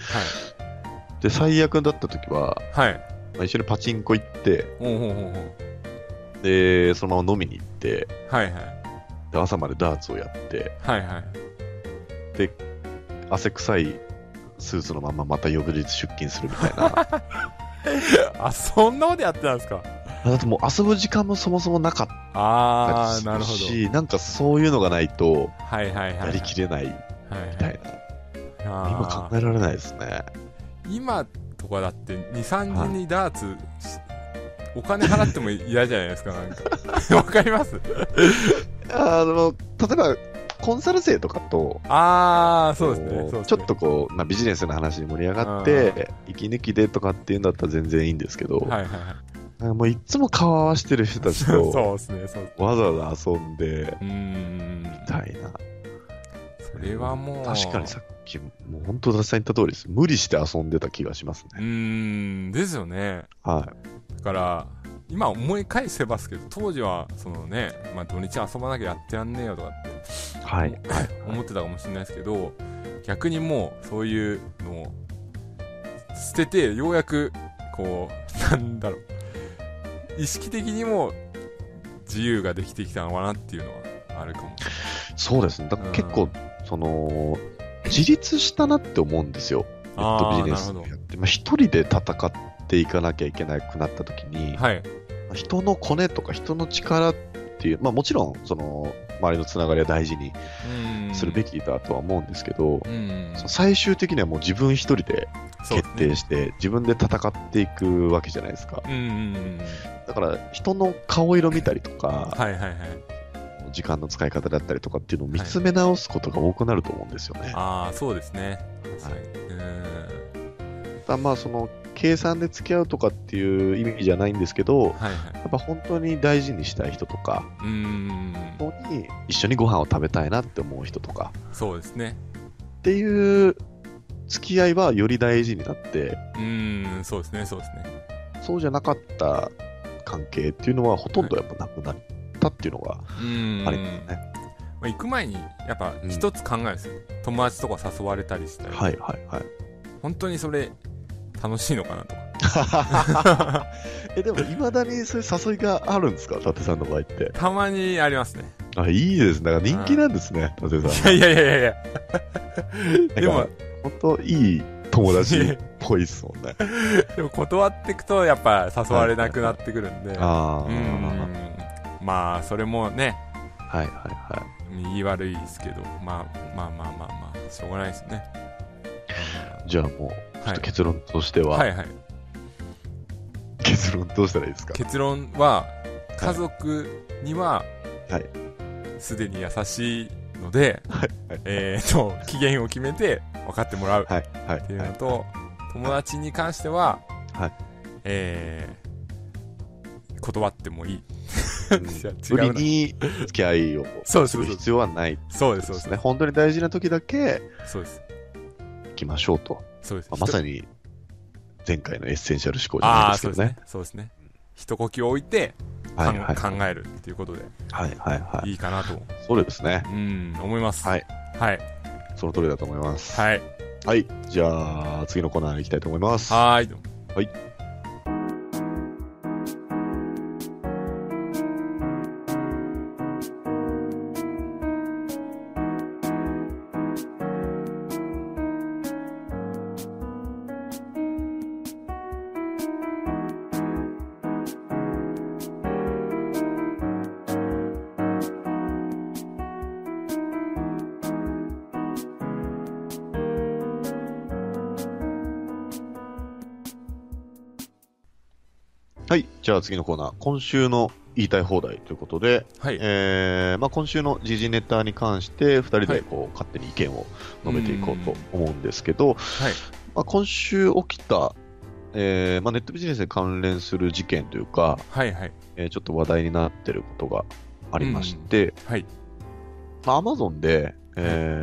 Speaker 1: で、最悪だった時は、
Speaker 2: はいはい
Speaker 1: まあ、一緒にパチンコ行って、
Speaker 2: おうほうほうほう
Speaker 1: で、そのまま飲みに行って、
Speaker 2: はいはい
Speaker 1: で朝までダーツをやって、
Speaker 2: はいはい
Speaker 1: 汗臭いスーツのまままた翌日出勤するみ たいな。
Speaker 2: あそんなことやってたんですか
Speaker 1: だってもう遊ぶ時間もそもそもなかっ
Speaker 2: あ
Speaker 1: た
Speaker 2: あなる
Speaker 1: り
Speaker 2: ほ
Speaker 1: す
Speaker 2: ど
Speaker 1: るし、なんかそういうのがないと、
Speaker 2: はいはいはい
Speaker 1: やりきれないみ
Speaker 2: はいはい
Speaker 1: たいな。今
Speaker 2: あ
Speaker 1: 考えられないですね。
Speaker 2: ー今とかだって23人にダーツしお金払っても嫌じゃないですかなんか わかります
Speaker 1: あの、例えば、コンサル生とかと、
Speaker 2: ああそうですね
Speaker 1: こう
Speaker 2: そうですね
Speaker 1: ちょっとこう、まあ、ビジネスの話に盛り上がって、息抜きでとかっていうんだったら全然いいんですけど、
Speaker 2: はいはいはい
Speaker 1: なんかもういつも顔合わせてる人たちと、
Speaker 2: そうですねそう
Speaker 1: わざわざ遊んで、
Speaker 2: うーん
Speaker 1: みたいな。
Speaker 2: それはもう
Speaker 1: 確かにさっき、もう本当、私さん言った通りです。無理して遊んでた気がします
Speaker 2: う
Speaker 1: ね。
Speaker 2: ーんですよね
Speaker 1: はい。
Speaker 2: だから今思い返せますけど当時はそのね、まあ、土日遊ばなきゃやってやんねえよとかって
Speaker 1: はい。
Speaker 2: 思ってたかもしれないですけど逆にもうそういうのを捨ててようやくこう なんだろう意識的にも自由ができてきたのかなっていうのはあるかも
Speaker 1: そうですね。だから結構、
Speaker 2: う
Speaker 1: その、自立したなって思うんですよ。ネット
Speaker 2: あー
Speaker 1: ビジネスをやって。まあ、一人で戦っていかなきゃいけなくなった時に、
Speaker 2: はい
Speaker 1: まあ人のコネとか人の力っていう、まあもちろん、その、周りのつながりは大事に
Speaker 2: うん
Speaker 1: するべきだとは思うんですけど、
Speaker 2: うん
Speaker 1: その最終的にはもう自分一人で
Speaker 2: そう
Speaker 1: 決定して、自分で戦っていくわけじゃないですか。
Speaker 2: うんうんうん
Speaker 1: だから、人の顔色見たりとか、
Speaker 2: はいはいはい
Speaker 1: 時間の使い方だったりとかっていうのを見つめ直すことが多くなると思うんですよね。
Speaker 2: ああそうですね
Speaker 1: はい
Speaker 2: うん
Speaker 1: ただまあその計算で付き合うとかっていう意味じゃないんですけど、
Speaker 2: はいはい
Speaker 1: やっぱ本当に大事にしたい人とか、
Speaker 2: うん
Speaker 1: 本当に一緒にご飯を食べたいなって思う人とか
Speaker 2: そうですね
Speaker 1: っていう付き合いはより大事になって、
Speaker 2: うんそうですねそうですね
Speaker 1: そうじゃなかった関係っていうのはほとんどやっぱなくなったっていうのが
Speaker 2: うん
Speaker 1: あれですね。
Speaker 2: まあ、行く前にやっぱ一つ考えるんですよ、友達とか誘われたりしたら、
Speaker 1: はいはいはい。
Speaker 2: 本当にそれ楽しいのかなとか
Speaker 1: え、でもいまだにそういう誘いがあるんですか伊達さんの場合って。
Speaker 2: たまにありますね
Speaker 1: あ、いいですね。なんか人気なんですね、達 也さん。
Speaker 2: いやいやいやいや
Speaker 1: な
Speaker 2: で
Speaker 1: ん
Speaker 2: も
Speaker 1: か、本当いい友達っぽいっすもん ね。
Speaker 2: でも断っていくとやっぱ誘われなくなってくるんで、
Speaker 1: ああ、
Speaker 2: うんまあそれもね
Speaker 1: はいはいはい。
Speaker 2: 言い悪いですけど、まあ、まあまあまあまあしょうがないですね
Speaker 1: じゃあもう、ちょっと結論としては、
Speaker 2: はいはい
Speaker 1: 結論どうしたらいいですか
Speaker 2: 結論は家族には
Speaker 1: はい
Speaker 2: すでに優しいので、
Speaker 1: はいはい
Speaker 2: えー、と期限を決めて分かってもらうっ
Speaker 1: はいはい
Speaker 2: ていう
Speaker 1: は
Speaker 2: の
Speaker 1: い。
Speaker 2: と、友達に関しては、
Speaker 1: はい
Speaker 2: えー断ってもいい
Speaker 1: うん
Speaker 2: いや違う
Speaker 1: 無理
Speaker 2: な
Speaker 1: に付き合いを
Speaker 2: そう
Speaker 1: す
Speaker 2: そう
Speaker 1: る
Speaker 2: そう
Speaker 1: 必要はない
Speaker 2: そうで
Speaker 1: です
Speaker 2: そうです
Speaker 1: すね。本当に大事な時だけ
Speaker 2: そうです
Speaker 1: 行きましょうと。
Speaker 2: そうです
Speaker 1: まあまさに前回のエッセンシャル思考じゃない
Speaker 2: あ
Speaker 1: で
Speaker 2: あ
Speaker 1: すけど
Speaker 2: そうです
Speaker 1: ね
Speaker 2: ね。そうですね一呼吸置いて、
Speaker 1: はい
Speaker 2: かん
Speaker 1: はい
Speaker 2: 考えるっていうことで
Speaker 1: はいはいはい。
Speaker 2: いいかなと、
Speaker 1: それですね。
Speaker 2: うん思います
Speaker 1: はい
Speaker 2: はい
Speaker 1: その通りだと思います。
Speaker 2: はい
Speaker 1: はい。じゃあ、次のコーナーに行きたいと思います。
Speaker 2: はーい
Speaker 1: はい。じゃあ、次のコーナー。今週の言いたい放題ということで、
Speaker 2: はい、
Speaker 1: えーまあ、今週の時事ネタに関して、2人でこう勝手に意見を述べていこうと思うんですけど、
Speaker 2: はい
Speaker 1: まあ、今週起きた、えーまあ、ネットビジネスに関連する事件というか、
Speaker 2: はいはい
Speaker 1: えーちょっと話題になってることがありまして、
Speaker 2: はい
Speaker 1: まあ Amazon で、え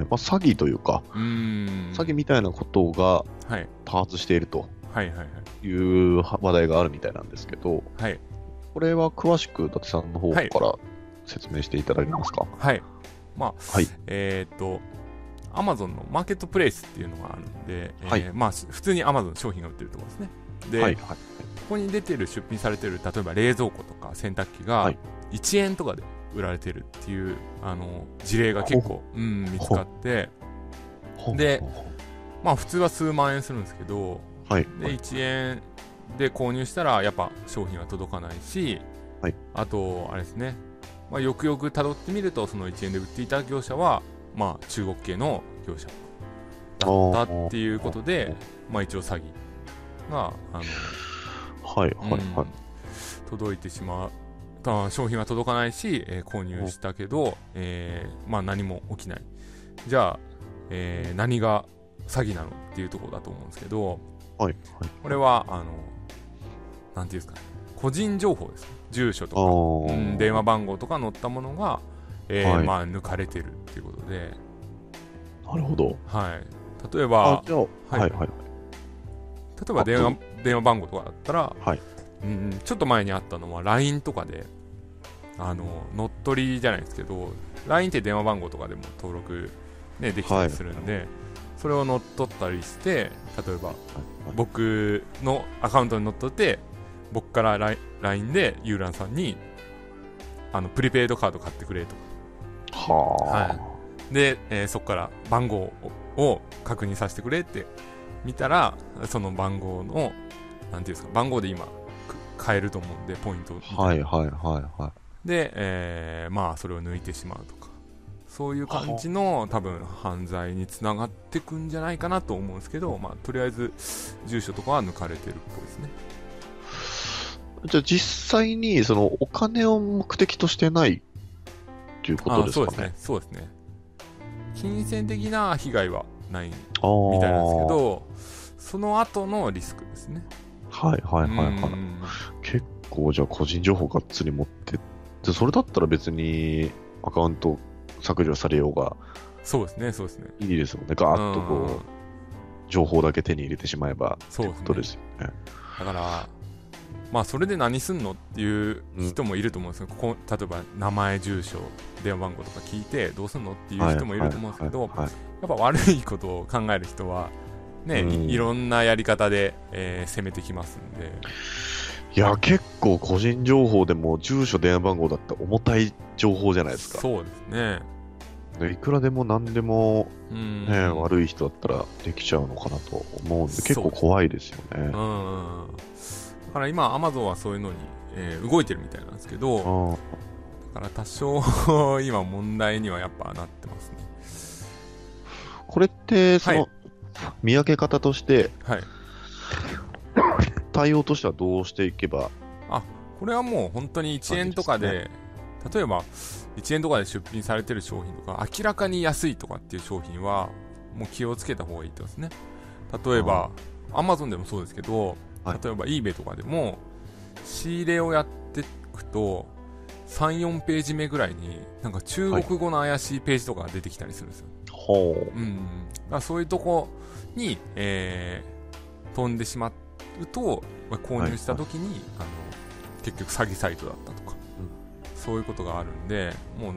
Speaker 1: ーまあ、詐欺というか、
Speaker 2: うーん
Speaker 1: 詐欺みたいなことが
Speaker 2: はい
Speaker 1: 多発していると
Speaker 2: はいはいはい
Speaker 1: いう話題があるみたいなんですけど、
Speaker 2: はい
Speaker 1: これは詳しく伊達さんの方
Speaker 2: はい
Speaker 1: から説明していただけますか。
Speaker 2: はいまあ、
Speaker 1: はい
Speaker 2: えーっとアマゾンのマーケットプレイスっていうのがあるんで、えー
Speaker 1: はい
Speaker 2: まあし普通にアマゾン商品が売ってるところですねで、
Speaker 1: はい
Speaker 2: こ
Speaker 1: はい
Speaker 2: こに出てる出品されてる例えば冷蔵庫とか洗濯機
Speaker 1: は
Speaker 2: が
Speaker 1: い
Speaker 2: 1円とかで売られてるっていうあの事例が結構、うん、見つかって
Speaker 1: ほう
Speaker 2: で
Speaker 1: ほうほう
Speaker 2: まあ普通は数万円するんですけど
Speaker 1: はい。
Speaker 2: で1円で購入したらやっぱ商品は届かないし、
Speaker 1: はい
Speaker 2: あとあれですね、まあ、よくよく辿ってみるとその1円で売っていた業者は、まあ、中国系の業者だったっていうことで、まあ、一応詐欺があの、
Speaker 1: はいはいは
Speaker 2: うん届いてしまうた商品は届かないし、えー購入したけど、えーまあ、何も起きないじゃあ、えー何が詐欺なのっていうところだと思うんですけど、
Speaker 1: い。はい
Speaker 2: これは、あの、なんていうんですかね、個人情報ですね。住所とか、うん
Speaker 1: はい。
Speaker 2: 電話番号とか載ったものが、えー
Speaker 1: はい
Speaker 2: まあ、抜かれてるっていうことで、
Speaker 1: ああ、なるほど。
Speaker 2: はい。例え
Speaker 1: あ
Speaker 2: ば、、
Speaker 1: じゃあ、
Speaker 2: はい
Speaker 1: はいはい。
Speaker 2: 例えば電
Speaker 1: あ
Speaker 2: 話電話番号とかだったら、
Speaker 1: はい
Speaker 2: うん、ちょっと前にあったのは LINE とかで、あの、乗っ取りじゃないですけど、LINE って電話番号とかでも登録、ね、できたりするんで、それを乗っ取ったりして、例えば、
Speaker 1: はい
Speaker 2: 僕のアカウントに乗っ取って僕から LINE- LINE でユーランさんにあのプリペイドカード買ってくれと
Speaker 1: は
Speaker 2: で、えーそこから番号をを確認させてくれって見たらその番号のなんていうんですか番号で今く買えると思うんでポイントを
Speaker 1: あ。はいはいはいは
Speaker 2: で、えーまあそれを抜いてしまうとかそういう感じの多分犯罪につながってくんじゃないかなと思うんですけど、まあ、とりあえず住所とかは抜かれてるっぽいですね
Speaker 1: い。じゃあ実際に、そのお金を目的としてないということですかね。
Speaker 2: あそうですねそうですね金銭的な被害はないみ
Speaker 1: ああ。
Speaker 2: たいなんですけ。どその後のリスクですね
Speaker 1: はいはいはいは
Speaker 2: う
Speaker 1: い。
Speaker 2: ん
Speaker 1: 結構じゃあ個人情報がっつり持ってって、それだったら別にアカウント削除されようが
Speaker 2: そうですねそうですね
Speaker 1: いいですもんね。ガーッと
Speaker 2: う
Speaker 1: こ
Speaker 2: ん
Speaker 1: う、情報だけ手に入れてしまえば、
Speaker 2: そうですね
Speaker 1: ことですよね。
Speaker 2: だからまあそれで何すんのっていう人もいると思うんですけど、ここ例えば名前住所電話番号とか聞いてどうすんのっていう人もいると思うんですけど、
Speaker 1: はいはいはいはい
Speaker 2: やっぱ悪いことを考える人はね、
Speaker 1: うん
Speaker 2: いいろんなやり方で、えー攻めてきますんで
Speaker 1: いいや、結構個人情報でも住所、電話番号だったら重たい情報じゃないですか。
Speaker 2: そうですね。
Speaker 1: でいくらでも何でも、
Speaker 2: うん。
Speaker 1: ね悪い人だったらできちゃうのかなと思うんで、
Speaker 2: そう
Speaker 1: 結構怖いですよね。
Speaker 2: うん。だから今、アマゾンはそういうのに、えー動いてるみたいなんですけど、
Speaker 1: ああ
Speaker 2: だから多少 今問題にはやっぱなってますね。
Speaker 1: これって、その、
Speaker 2: はい
Speaker 1: 見分け方として、
Speaker 2: はい。
Speaker 1: 対応としてはどうしていけば、
Speaker 2: これはもう本当に1円とか
Speaker 1: そう
Speaker 2: で、例えば1円とかで出品されてる商品とか、明らかに安いとかっていう商品は、もう気をつけた方がいいってことですね。例えば、アマゾンでもそうですけど、
Speaker 1: はい
Speaker 2: 例えば eBay とかでも、仕入れをやっていくと、3、4ページ目ぐらいに、なんか中国語の怪しいページとかが出てきたりするんですよ。
Speaker 1: ほう。
Speaker 2: うん、だからそういうとこに、えー飛んでしまうと、まあ購入した時に、あの結局詐欺サイトだったとか、そういうことがあるんでもう、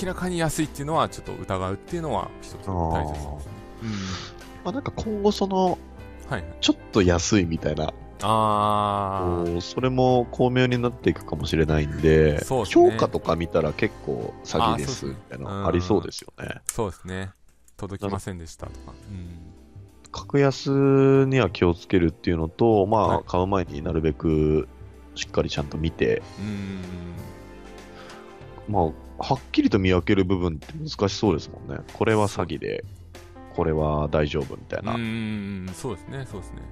Speaker 2: 明らかに安いっていうのはちょっと疑うっていうのは一つ大事ですね、
Speaker 1: まあ、なんか今後、その、
Speaker 2: うん、はい
Speaker 1: ちょっと安いみたいな、
Speaker 2: あー
Speaker 1: こうそれも巧妙になっていくかもしれないんで、
Speaker 2: そうですね
Speaker 1: 評価とか見たら結構詐欺ですみたい
Speaker 2: あーそうですねう
Speaker 1: なんありそうですよね。
Speaker 2: そうですね届きませんでしたとか、うん、
Speaker 1: 格安には気をつけるっていうのと、まあ、
Speaker 2: はい
Speaker 1: 買う前になるべくしっかりちゃんと見て、
Speaker 2: うん
Speaker 1: まあ、はっきりと見分ける部分って難しそうですもんね。これは詐欺で、これは大丈夫みたいな。
Speaker 2: うんそうですねそうですね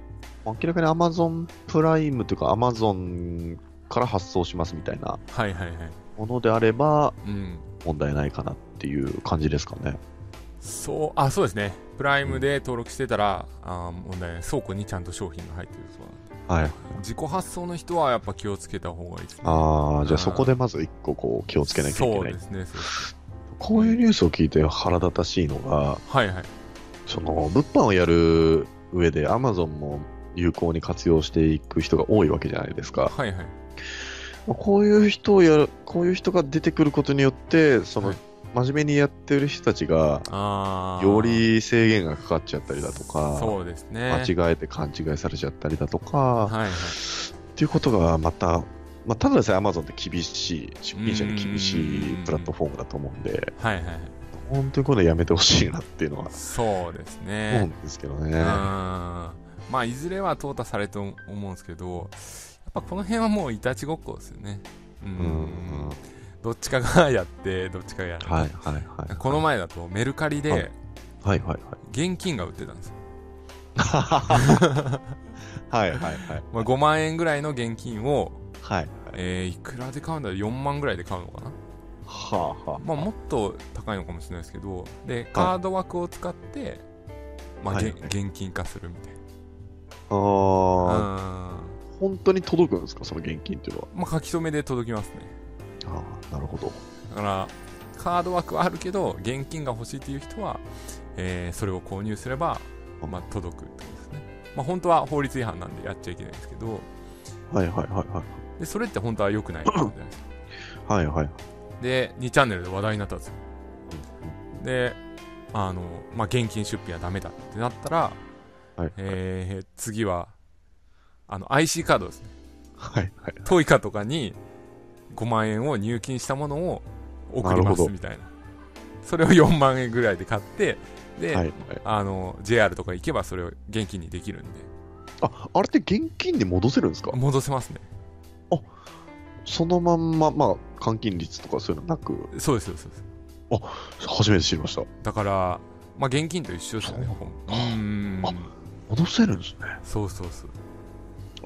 Speaker 1: 明らかに Amazon プライムというか Amazon から発送しますみたいな
Speaker 2: はいはいはい
Speaker 1: ものであれば
Speaker 2: うん
Speaker 1: 問題ないかなっていう感じですかね。
Speaker 2: そう、あ、そうですね。プライムで登録してたら、あー問題ない倉庫にちゃんと商品が入ってるそうなんで
Speaker 1: はい。
Speaker 2: 自己発送の人はやっぱ気をつけた方がいいですね。
Speaker 1: ああ、じゃあそこでまず一個こう気をつけなきゃいけ
Speaker 2: そう
Speaker 1: ない
Speaker 2: で。すね、そうですね。
Speaker 1: こういうニュースを聞いて腹立たしいのが、
Speaker 2: はいはい。
Speaker 1: その物販をやる上で Amazon も有効に活用していく人が多いわけじゃないですか。
Speaker 2: はいはい。
Speaker 1: まあこういう人をやる、こういう人が出てくることによって、その、
Speaker 2: はい
Speaker 1: 真面目にやってる人たちが、
Speaker 2: ああ。
Speaker 1: より制限がかかっちゃったりだとか、
Speaker 2: そうですね。
Speaker 1: 間違えて勘違いされちゃったりだとか、
Speaker 2: はいはい。
Speaker 1: っていうことがまた、まあ、ただでさえ Amazon って厳しい、出品者に厳しいプラットフォームだと思うんで、
Speaker 2: はいはいはい。
Speaker 1: 本当にこういうのやめてほしいなっていうのは
Speaker 2: そうです
Speaker 1: 思う
Speaker 2: ね。
Speaker 1: んですけどね。
Speaker 2: うん。まあ、いずれは淘汰されると思うんですけど、やっぱこの辺はもういたちごっこですよね。う
Speaker 1: うんん。
Speaker 2: どっちかがやって、どっちかがやる。
Speaker 1: はいはいはい。
Speaker 2: この前だとメルカリ
Speaker 1: は
Speaker 2: で
Speaker 1: いはいはい
Speaker 2: 現金が売ってたんですよ、
Speaker 1: はい。はいはいはい。
Speaker 2: まあ、5万円ぐらいの現金を、
Speaker 1: はい。
Speaker 2: えーいくらで買うんだろう4万ぐらいで買うのかな、
Speaker 1: はあは
Speaker 2: まあ、もっと高いのかもしれないですけどでカード枠を使って、まあ
Speaker 1: はい
Speaker 2: げん現金化するみたい
Speaker 1: あ。ああ、
Speaker 2: な
Speaker 1: 本当に届くんですか、その現金っていうの
Speaker 2: うんまあ、書き留めで届きますね
Speaker 1: は。ああ、なるほど。
Speaker 2: だからカード枠はあるけど現金が欲しいという人は、えーそれを購入すれば、まあ、届くってことですね、まあ、本当は法律違反なんでやっちゃいけないんですけど
Speaker 1: はいはいはいはい。
Speaker 2: でそれって本当は良くないことじゃないですか
Speaker 1: はいはい。
Speaker 2: で2チャンネルで話題になったんですよであの、まあ、現金出品はダメだってなったら、
Speaker 1: はい
Speaker 2: えー次はあの IC カードですね
Speaker 1: はいはい。
Speaker 2: トイカとかに5万円を入金したものを送り
Speaker 1: な
Speaker 2: ま
Speaker 1: るほ
Speaker 2: す
Speaker 1: ど
Speaker 2: みたいなそれを4万円ぐらいで買ってで、
Speaker 1: はいはい。
Speaker 2: あの JR とか行けばそれを現金にできるんで
Speaker 1: あ、あれって現金で戻せるんですか
Speaker 2: 戻せますね
Speaker 1: そのまんま、まあ、換金率とかそういうのなく、
Speaker 2: そうですそうですそうです
Speaker 1: 初めて知りました。
Speaker 2: だから、まあ、現金と一緒ですよね
Speaker 1: そう
Speaker 2: ほんうん
Speaker 1: あ戻せるんですね。
Speaker 2: そうそうそう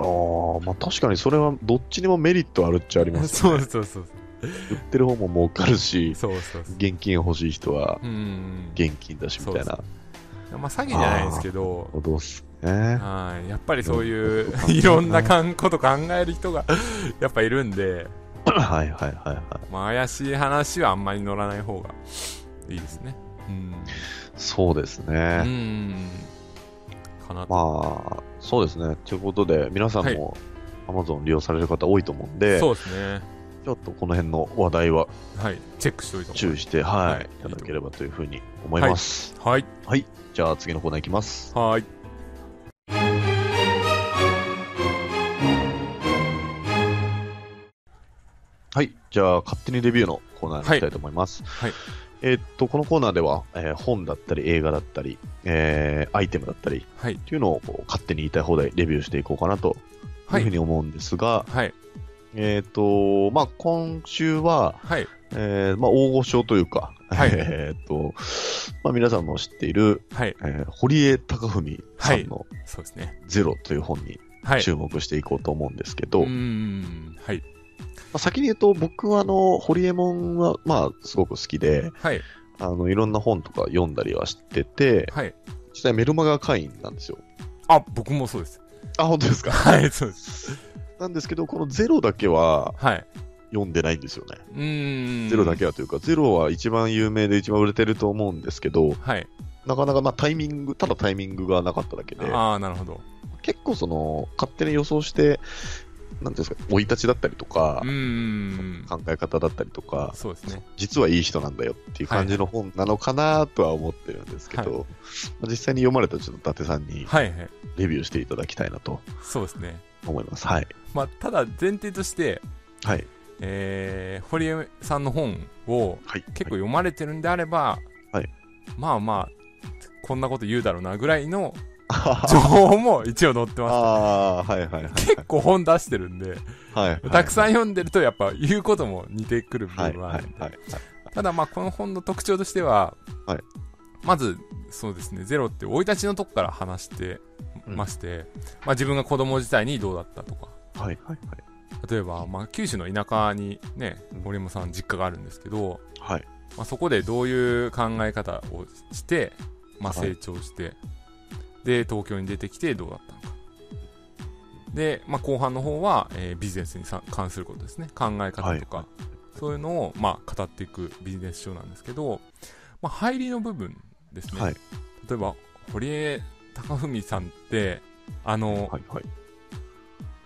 Speaker 1: ああ、まあ確かにそれはどっちにもメリットあるっちゃあります
Speaker 2: そ
Speaker 1: よ
Speaker 2: う
Speaker 1: ね。
Speaker 2: そうそう
Speaker 1: 売ってる方も儲かるし、
Speaker 2: そうそうそう
Speaker 1: 現金欲しい人は
Speaker 2: うん
Speaker 1: 現金だしみたい
Speaker 2: そう
Speaker 1: な。
Speaker 2: まあ、詐欺じゃないですけど
Speaker 1: どうっすね。
Speaker 2: はいやっぱりそういう
Speaker 1: うん
Speaker 2: いろんなかんこと考える人が やっぱいるんで、
Speaker 1: はいはいはいはい。
Speaker 2: まあ、怪しい話はあんまり乗らない方がいいですねうん
Speaker 1: そうです
Speaker 2: う
Speaker 1: ね。
Speaker 2: んかなと、
Speaker 1: まあ、そうですね。ということで、皆さんも Amazon 利用される方多いと思うんで、
Speaker 2: そうですね
Speaker 1: ちょっとこの辺の話題は
Speaker 2: はいチェックしておいた方が
Speaker 1: 注意して、
Speaker 2: は
Speaker 1: はいい、いただければというふうに思います。
Speaker 2: はい
Speaker 1: じゃあ次のコーナーいきます。
Speaker 2: はい
Speaker 1: はい。じゃあ、勝手にレビューのコーナーに行きたいと思います。
Speaker 2: はい
Speaker 1: えーっと、このコーナーでは、えー本だったり、映画だったり、えーアイテムだったりっ
Speaker 2: はい
Speaker 1: ていうのをこう勝手に言いたい放題レビューしていこうかなとい
Speaker 2: は
Speaker 1: うふう
Speaker 2: い
Speaker 1: に思うんですが、
Speaker 2: はい
Speaker 1: えーっと、まあ、今週は、
Speaker 2: はい
Speaker 1: えーまあ、大御所というか、
Speaker 2: はい
Speaker 1: えーっと、まあ、皆さんも知っている、
Speaker 2: はい
Speaker 1: えー堀江貴文さんの
Speaker 2: そうですね
Speaker 1: ゼロという本に
Speaker 2: はい
Speaker 1: 注目していこうと思うんですけ
Speaker 2: う
Speaker 1: ど、
Speaker 2: ーんはい
Speaker 1: まあ、先に言うと、僕はあの、ホリエモンは、まあ、すごく好きで、
Speaker 2: はい
Speaker 1: あの、いろんな本とか読んだりはしてて、
Speaker 2: はい
Speaker 1: 実際メルマガ会員なんですよ。
Speaker 2: あ僕もそうです
Speaker 1: あ、本当ですか
Speaker 2: はいそうです
Speaker 1: なんですけど、このゼロだけは
Speaker 2: はい
Speaker 1: 読んでないんですよね。
Speaker 2: うーん
Speaker 1: ゼロだけはというか、ゼロは一番有名で一番売れてると思うんですけど、
Speaker 2: はい
Speaker 1: なかなかまあタイミング、ただタイミングがなかっただけで、
Speaker 2: ああなるほど
Speaker 1: 結構その、勝手に予想して、なんていうんですか、生い立ちだったりとか
Speaker 2: う、ーん
Speaker 1: 考え方だったりとか、
Speaker 2: そうですね
Speaker 1: 実はいい人なんだよっていう感じの本なのかなとは思ってるんですけど、まあ実際に読まれたちょっと伊達さんに
Speaker 2: はいはい
Speaker 1: レビューしていただきたいなと
Speaker 2: そうですね
Speaker 1: 思います。はい。
Speaker 2: まあただ前提として
Speaker 1: はい。
Speaker 2: えー、堀江さんの本を
Speaker 1: はい。
Speaker 2: 結構読まれてるんであれば、
Speaker 1: はい
Speaker 2: まあまあこんなこと言うだろうなぐらい の
Speaker 1: はい、
Speaker 2: 情報も一応載ってます
Speaker 1: ああー、はいはいはい。
Speaker 2: 結構本出してるんで、
Speaker 1: はいはい、
Speaker 2: たくさん
Speaker 1: ん
Speaker 2: 読んでるとやっぱ言うことも似てくる部
Speaker 1: はい
Speaker 2: 分
Speaker 1: は
Speaker 2: はいあ
Speaker 1: はい
Speaker 2: るんで、
Speaker 1: はい。
Speaker 2: ただまあこの本の特徴としては、
Speaker 1: はい
Speaker 2: まずそうですねゼロって生い立ちのとこから話してまして、まあ、自分が子供時代にどうだったとか
Speaker 1: はいはいはい。
Speaker 2: 例えば、まあ、九州の田舎にね
Speaker 1: うん
Speaker 2: 森本さん実家があるんですけど、
Speaker 1: はい。
Speaker 2: まあ、そこでどういう考え方をして、まあ、
Speaker 1: はい
Speaker 2: 成長して、で東京に出てきてどうだったのかで、まあ、後半の方は、えービジネスにさ関することですね考え方とか、
Speaker 1: はい
Speaker 2: そういうのを、まあ、語っていくビジネス書なんですけど、まあ、入りの部分ですね、
Speaker 1: はい
Speaker 2: 例えば堀江貴文さんってあの、
Speaker 1: はいはい。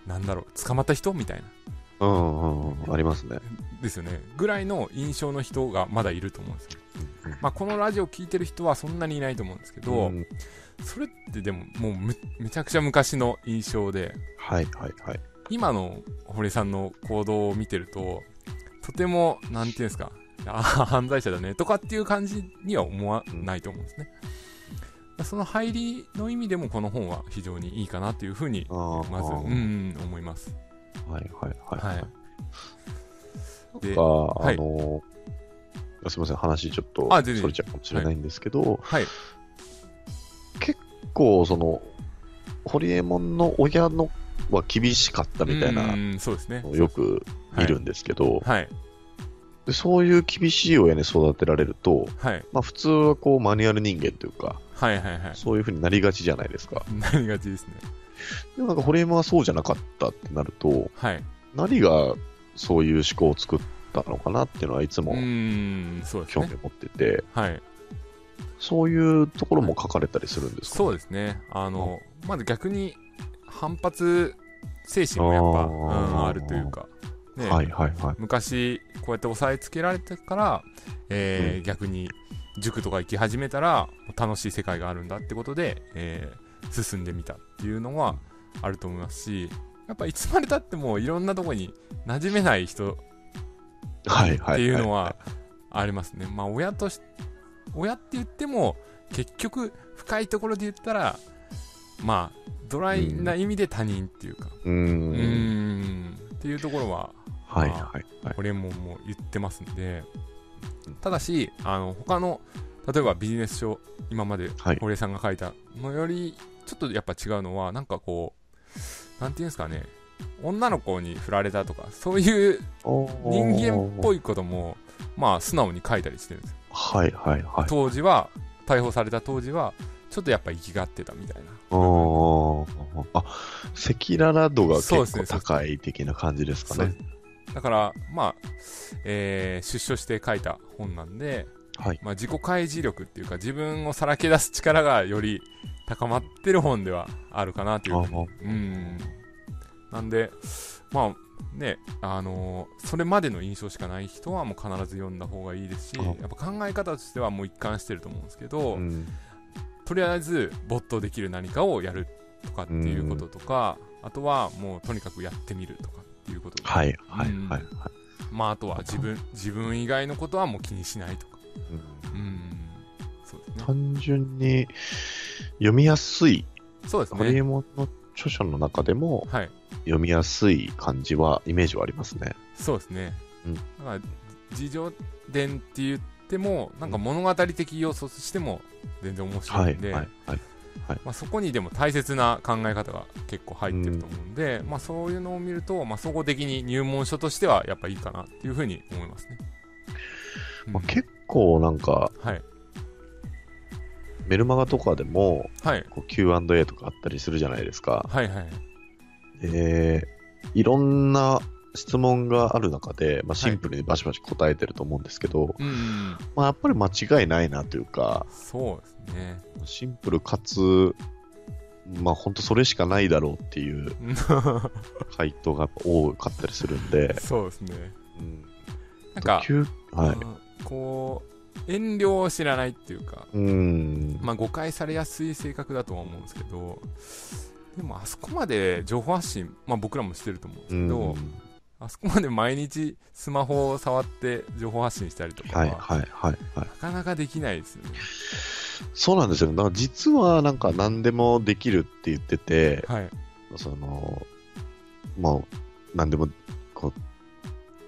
Speaker 2: なんだろう捕まった人みたい
Speaker 1: う
Speaker 2: な
Speaker 1: んうんうん。ありますね。
Speaker 2: ですよねぐらいの印象の人がまだいると思うんですけど、
Speaker 1: うんうん
Speaker 2: まあ、このラジオ聞いてる人はそんなにいないと思うんですけど、
Speaker 1: うん
Speaker 2: それってでももうめめちゃくちゃ昔の印象で
Speaker 1: はいはいはい。
Speaker 2: 今の堀江さんの行動を見てるととてもなんていうんですかあー犯罪者だねとかっていう感じには思わないと思うんですね、その入りの意味でもこの本は非常にいいかなというふうに
Speaker 1: ああ、
Speaker 2: まずうん
Speaker 1: はい
Speaker 2: うん思います
Speaker 1: はいはい。
Speaker 2: は
Speaker 1: はいい
Speaker 2: で
Speaker 1: が、あの
Speaker 2: はい
Speaker 1: すみません、話ちょっと
Speaker 2: あ
Speaker 1: そ
Speaker 2: 全然
Speaker 1: れちゃうかもしれないんですけど、
Speaker 2: はい
Speaker 1: 結構、その、ホリエモンの親のは厳しかったみたいな
Speaker 2: うんそうですね
Speaker 1: のをよく見るんですけど、
Speaker 2: はい
Speaker 1: でそういう厳しい親に育てられると、
Speaker 2: はい
Speaker 1: まあ、普通はこうマニュアル人間というか、
Speaker 2: はいはいはい
Speaker 1: そういうふうになりがちじゃないですか。
Speaker 2: なりがちですね
Speaker 1: でもなんかホリエモンはそうじゃなかったってなると、
Speaker 2: はい
Speaker 1: 何がそういう思考を作ったのかなっていうのはいつ
Speaker 2: う
Speaker 1: も
Speaker 2: んそうです
Speaker 1: 興
Speaker 2: ね
Speaker 1: 味を持ってて、
Speaker 2: はい
Speaker 1: そういうところも書かれたりするんですか、
Speaker 2: そうですね。あの、まず逆に反発精神もやっぱ、
Speaker 1: あー
Speaker 2: うんあるというか、ね
Speaker 1: はいはいはい。
Speaker 2: 昔こうやって押さえつけられてから、えー
Speaker 1: うん
Speaker 2: 逆に塾とか行き始めたら楽しい世界があるんだってことで、えー進んでみたっていうのはあると思いますし、やっぱいつまでたってもいろんなとこに馴染めない人
Speaker 1: はいはい。
Speaker 2: っていうのはありますね。まあ親とし、親って言っても、結局、深いところで言ったら、まあ、ドライな意味で他人っていうか、
Speaker 1: うー。
Speaker 2: うんーん、っていうところは、
Speaker 1: はいはいはい。
Speaker 2: 俺ももう言ってますんで、ただし、あの、他の、例えばビジネス書、今まで
Speaker 1: はい。
Speaker 2: 堀江さんが書いたのより、ちょっとやっぱ違うのは、なんかこう、なんていうんですかね、女の子に振られたとか、そういう人間っ
Speaker 1: い。
Speaker 2: ぽいこともまあ素直に書いたりしてるんですよ
Speaker 1: はいはいはい。
Speaker 2: 当時は逮捕された当時はちょっとやっぱ生きがってたみたい
Speaker 1: あーあ、赤裸々度が結
Speaker 2: そうですね
Speaker 1: 構高い的な感じですか
Speaker 2: そう
Speaker 1: ね。
Speaker 2: なだからまあ、えー出所して書いた本なんで、
Speaker 1: はい
Speaker 2: まあ、自己開示力っていうか自分をさらけ出す力がより高まってる本ではあるかなという
Speaker 1: あ
Speaker 2: ふうに
Speaker 1: ー
Speaker 2: うんなんでまあねあのーそれまでの印象しかない人はもう必ず読んだ方がいいですし
Speaker 1: あ
Speaker 2: やっぱ考え方としてはもう一貫してると思うんですけど、
Speaker 1: うん
Speaker 2: とりあえず没頭できる何かをやるとかっていうこととか、あとはもうとにかくやってみるとかっていうこと、
Speaker 1: はいはいはいはい。
Speaker 2: うまあ、あとは自分自分以外のことはもう気にしないとか、
Speaker 1: うん
Speaker 2: うん、そうですね。
Speaker 1: 単純に読みやすい、
Speaker 2: そうです
Speaker 1: マリ
Speaker 2: ね
Speaker 1: エモンの著書の中でも
Speaker 2: はい、
Speaker 1: 読みやすい感じは、イメージはありますね。
Speaker 2: そうですね。
Speaker 1: うん
Speaker 2: だから、自叙伝って言っても、なんか物語的要素としても全然面白
Speaker 1: はいい、
Speaker 2: んで、
Speaker 1: はい、はい。
Speaker 2: まあ、そこにでも大切な考え方が結構入ってると思うんで、まあ、そういうのを見ると、まあ、総合的に入門書としてはやっぱいいかなっていうふうに思いますね。
Speaker 1: まあ
Speaker 2: うん
Speaker 1: 結構なんか、
Speaker 2: はい、
Speaker 1: メルマガとかでも
Speaker 2: はい、
Speaker 1: こう Q&A とかあったりするじゃないですか。
Speaker 2: はい、はい、
Speaker 1: えー、いろんな質問がある中で、まあ、シンプルにバシバシ答えてると思うんですけど、
Speaker 2: うんうん、
Speaker 1: まあ、やっぱり間違いないなというか、
Speaker 2: そうですね。
Speaker 1: シンプルかつ、まあ、本当それしかないだろうっていう回答が多かったりするんで、
Speaker 2: そうですね。
Speaker 1: うん、
Speaker 2: なんか、
Speaker 1: 急はい、
Speaker 2: うんこう、遠慮を知らないっていうか、
Speaker 1: うん、
Speaker 2: まあ、誤解されやすい性格だとは思うんですけど、でもあそこまで情報発信、まあ、僕らもしてると思うんです
Speaker 1: う
Speaker 2: け
Speaker 1: ん、
Speaker 2: ど、
Speaker 1: はい、
Speaker 2: あそこまで毎日スマホを触って情報発信したりとかは、
Speaker 1: はい、はい、はい。
Speaker 2: なかなかできないですよね。
Speaker 1: そうなんですよね。だから実はなんか何でもできるって言ってて、
Speaker 2: はい。
Speaker 1: その、まあ、なんでも、こう、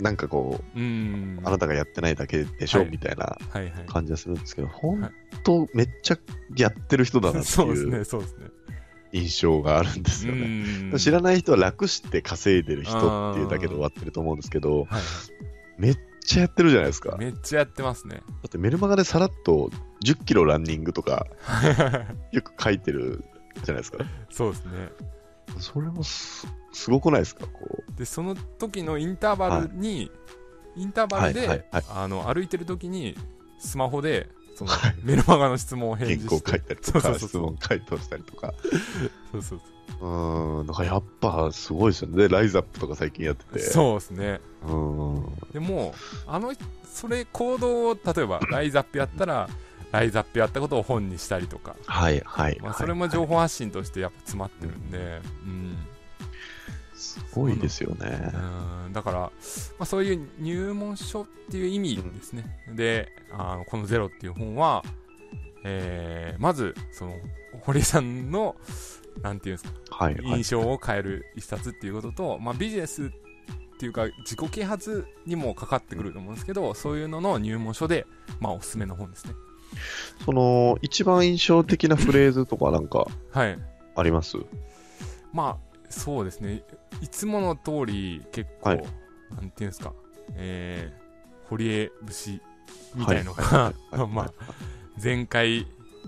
Speaker 1: なんかこう、
Speaker 2: うーん。
Speaker 1: あなたがやってないだけでしょ、
Speaker 2: はい
Speaker 1: みたいな
Speaker 2: はいはい。
Speaker 1: 感じがするんですけど、本当、めっちゃやってる人だなって
Speaker 2: そうです
Speaker 1: い
Speaker 2: ね、
Speaker 1: う
Speaker 2: そうですね。
Speaker 1: 印象があるんですよね。
Speaker 2: ね
Speaker 1: 知ら
Speaker 2: ない。
Speaker 1: ない人は楽して稼いでる人っていうだけで終わってると思うんですけど、
Speaker 2: はい
Speaker 1: めっちゃやってるじゃないですか。
Speaker 2: はい、
Speaker 1: だ
Speaker 2: めっちゃやってますね。
Speaker 1: ってメルマガでさらっと10キロランニングと か、よく書いてるじゃないですか。
Speaker 2: そうですね。
Speaker 1: それもすすごくないですかこ
Speaker 2: でその時のインターバルに、インターバルで、
Speaker 1: はいはいはい
Speaker 2: あの歩いてる時にスマホでその
Speaker 1: はい
Speaker 2: メルマガの質問を
Speaker 1: う、
Speaker 2: 返
Speaker 1: 原
Speaker 2: 事
Speaker 1: 稿
Speaker 2: し
Speaker 1: 書
Speaker 2: て
Speaker 1: いたりと
Speaker 2: そう
Speaker 1: か、
Speaker 2: そうそう
Speaker 1: 質問回答したりとか。
Speaker 2: そうそう
Speaker 1: うーん、なんかやっぱすごいですよね。で、ライズアップとか最近やって
Speaker 2: そう
Speaker 1: て。
Speaker 2: そうですね
Speaker 1: う。うん。
Speaker 2: でもうあのそれ行動を例 えばライズアップやったらライズアップやったことを本にしたりとか、
Speaker 1: はいはい。
Speaker 2: まあ、
Speaker 1: はい
Speaker 2: それも情報発信としてやっぱ詰まってるんで、うん
Speaker 1: すごいですよね。
Speaker 2: うんだから、まあ、そういう入門書っていう意味ですね、であのこの「ゼロっていう本は、えーまずその堀江さんのなんていうんですか
Speaker 1: はいはい。
Speaker 2: 印象を変える一冊っていうことと、まあ、ビジネスっていうか自己啓発にもかかってくると思うんですけどそういうのの入門書で、まあ、おすすめの本ですね
Speaker 1: その、一番印象的なフレーズとかなんか
Speaker 2: はい
Speaker 1: あります
Speaker 2: まあそうですねいつもの通り結構、
Speaker 1: はい
Speaker 2: なんていうんですか、えー、堀江節みたいのが、
Speaker 1: いはいはい
Speaker 2: まあ前回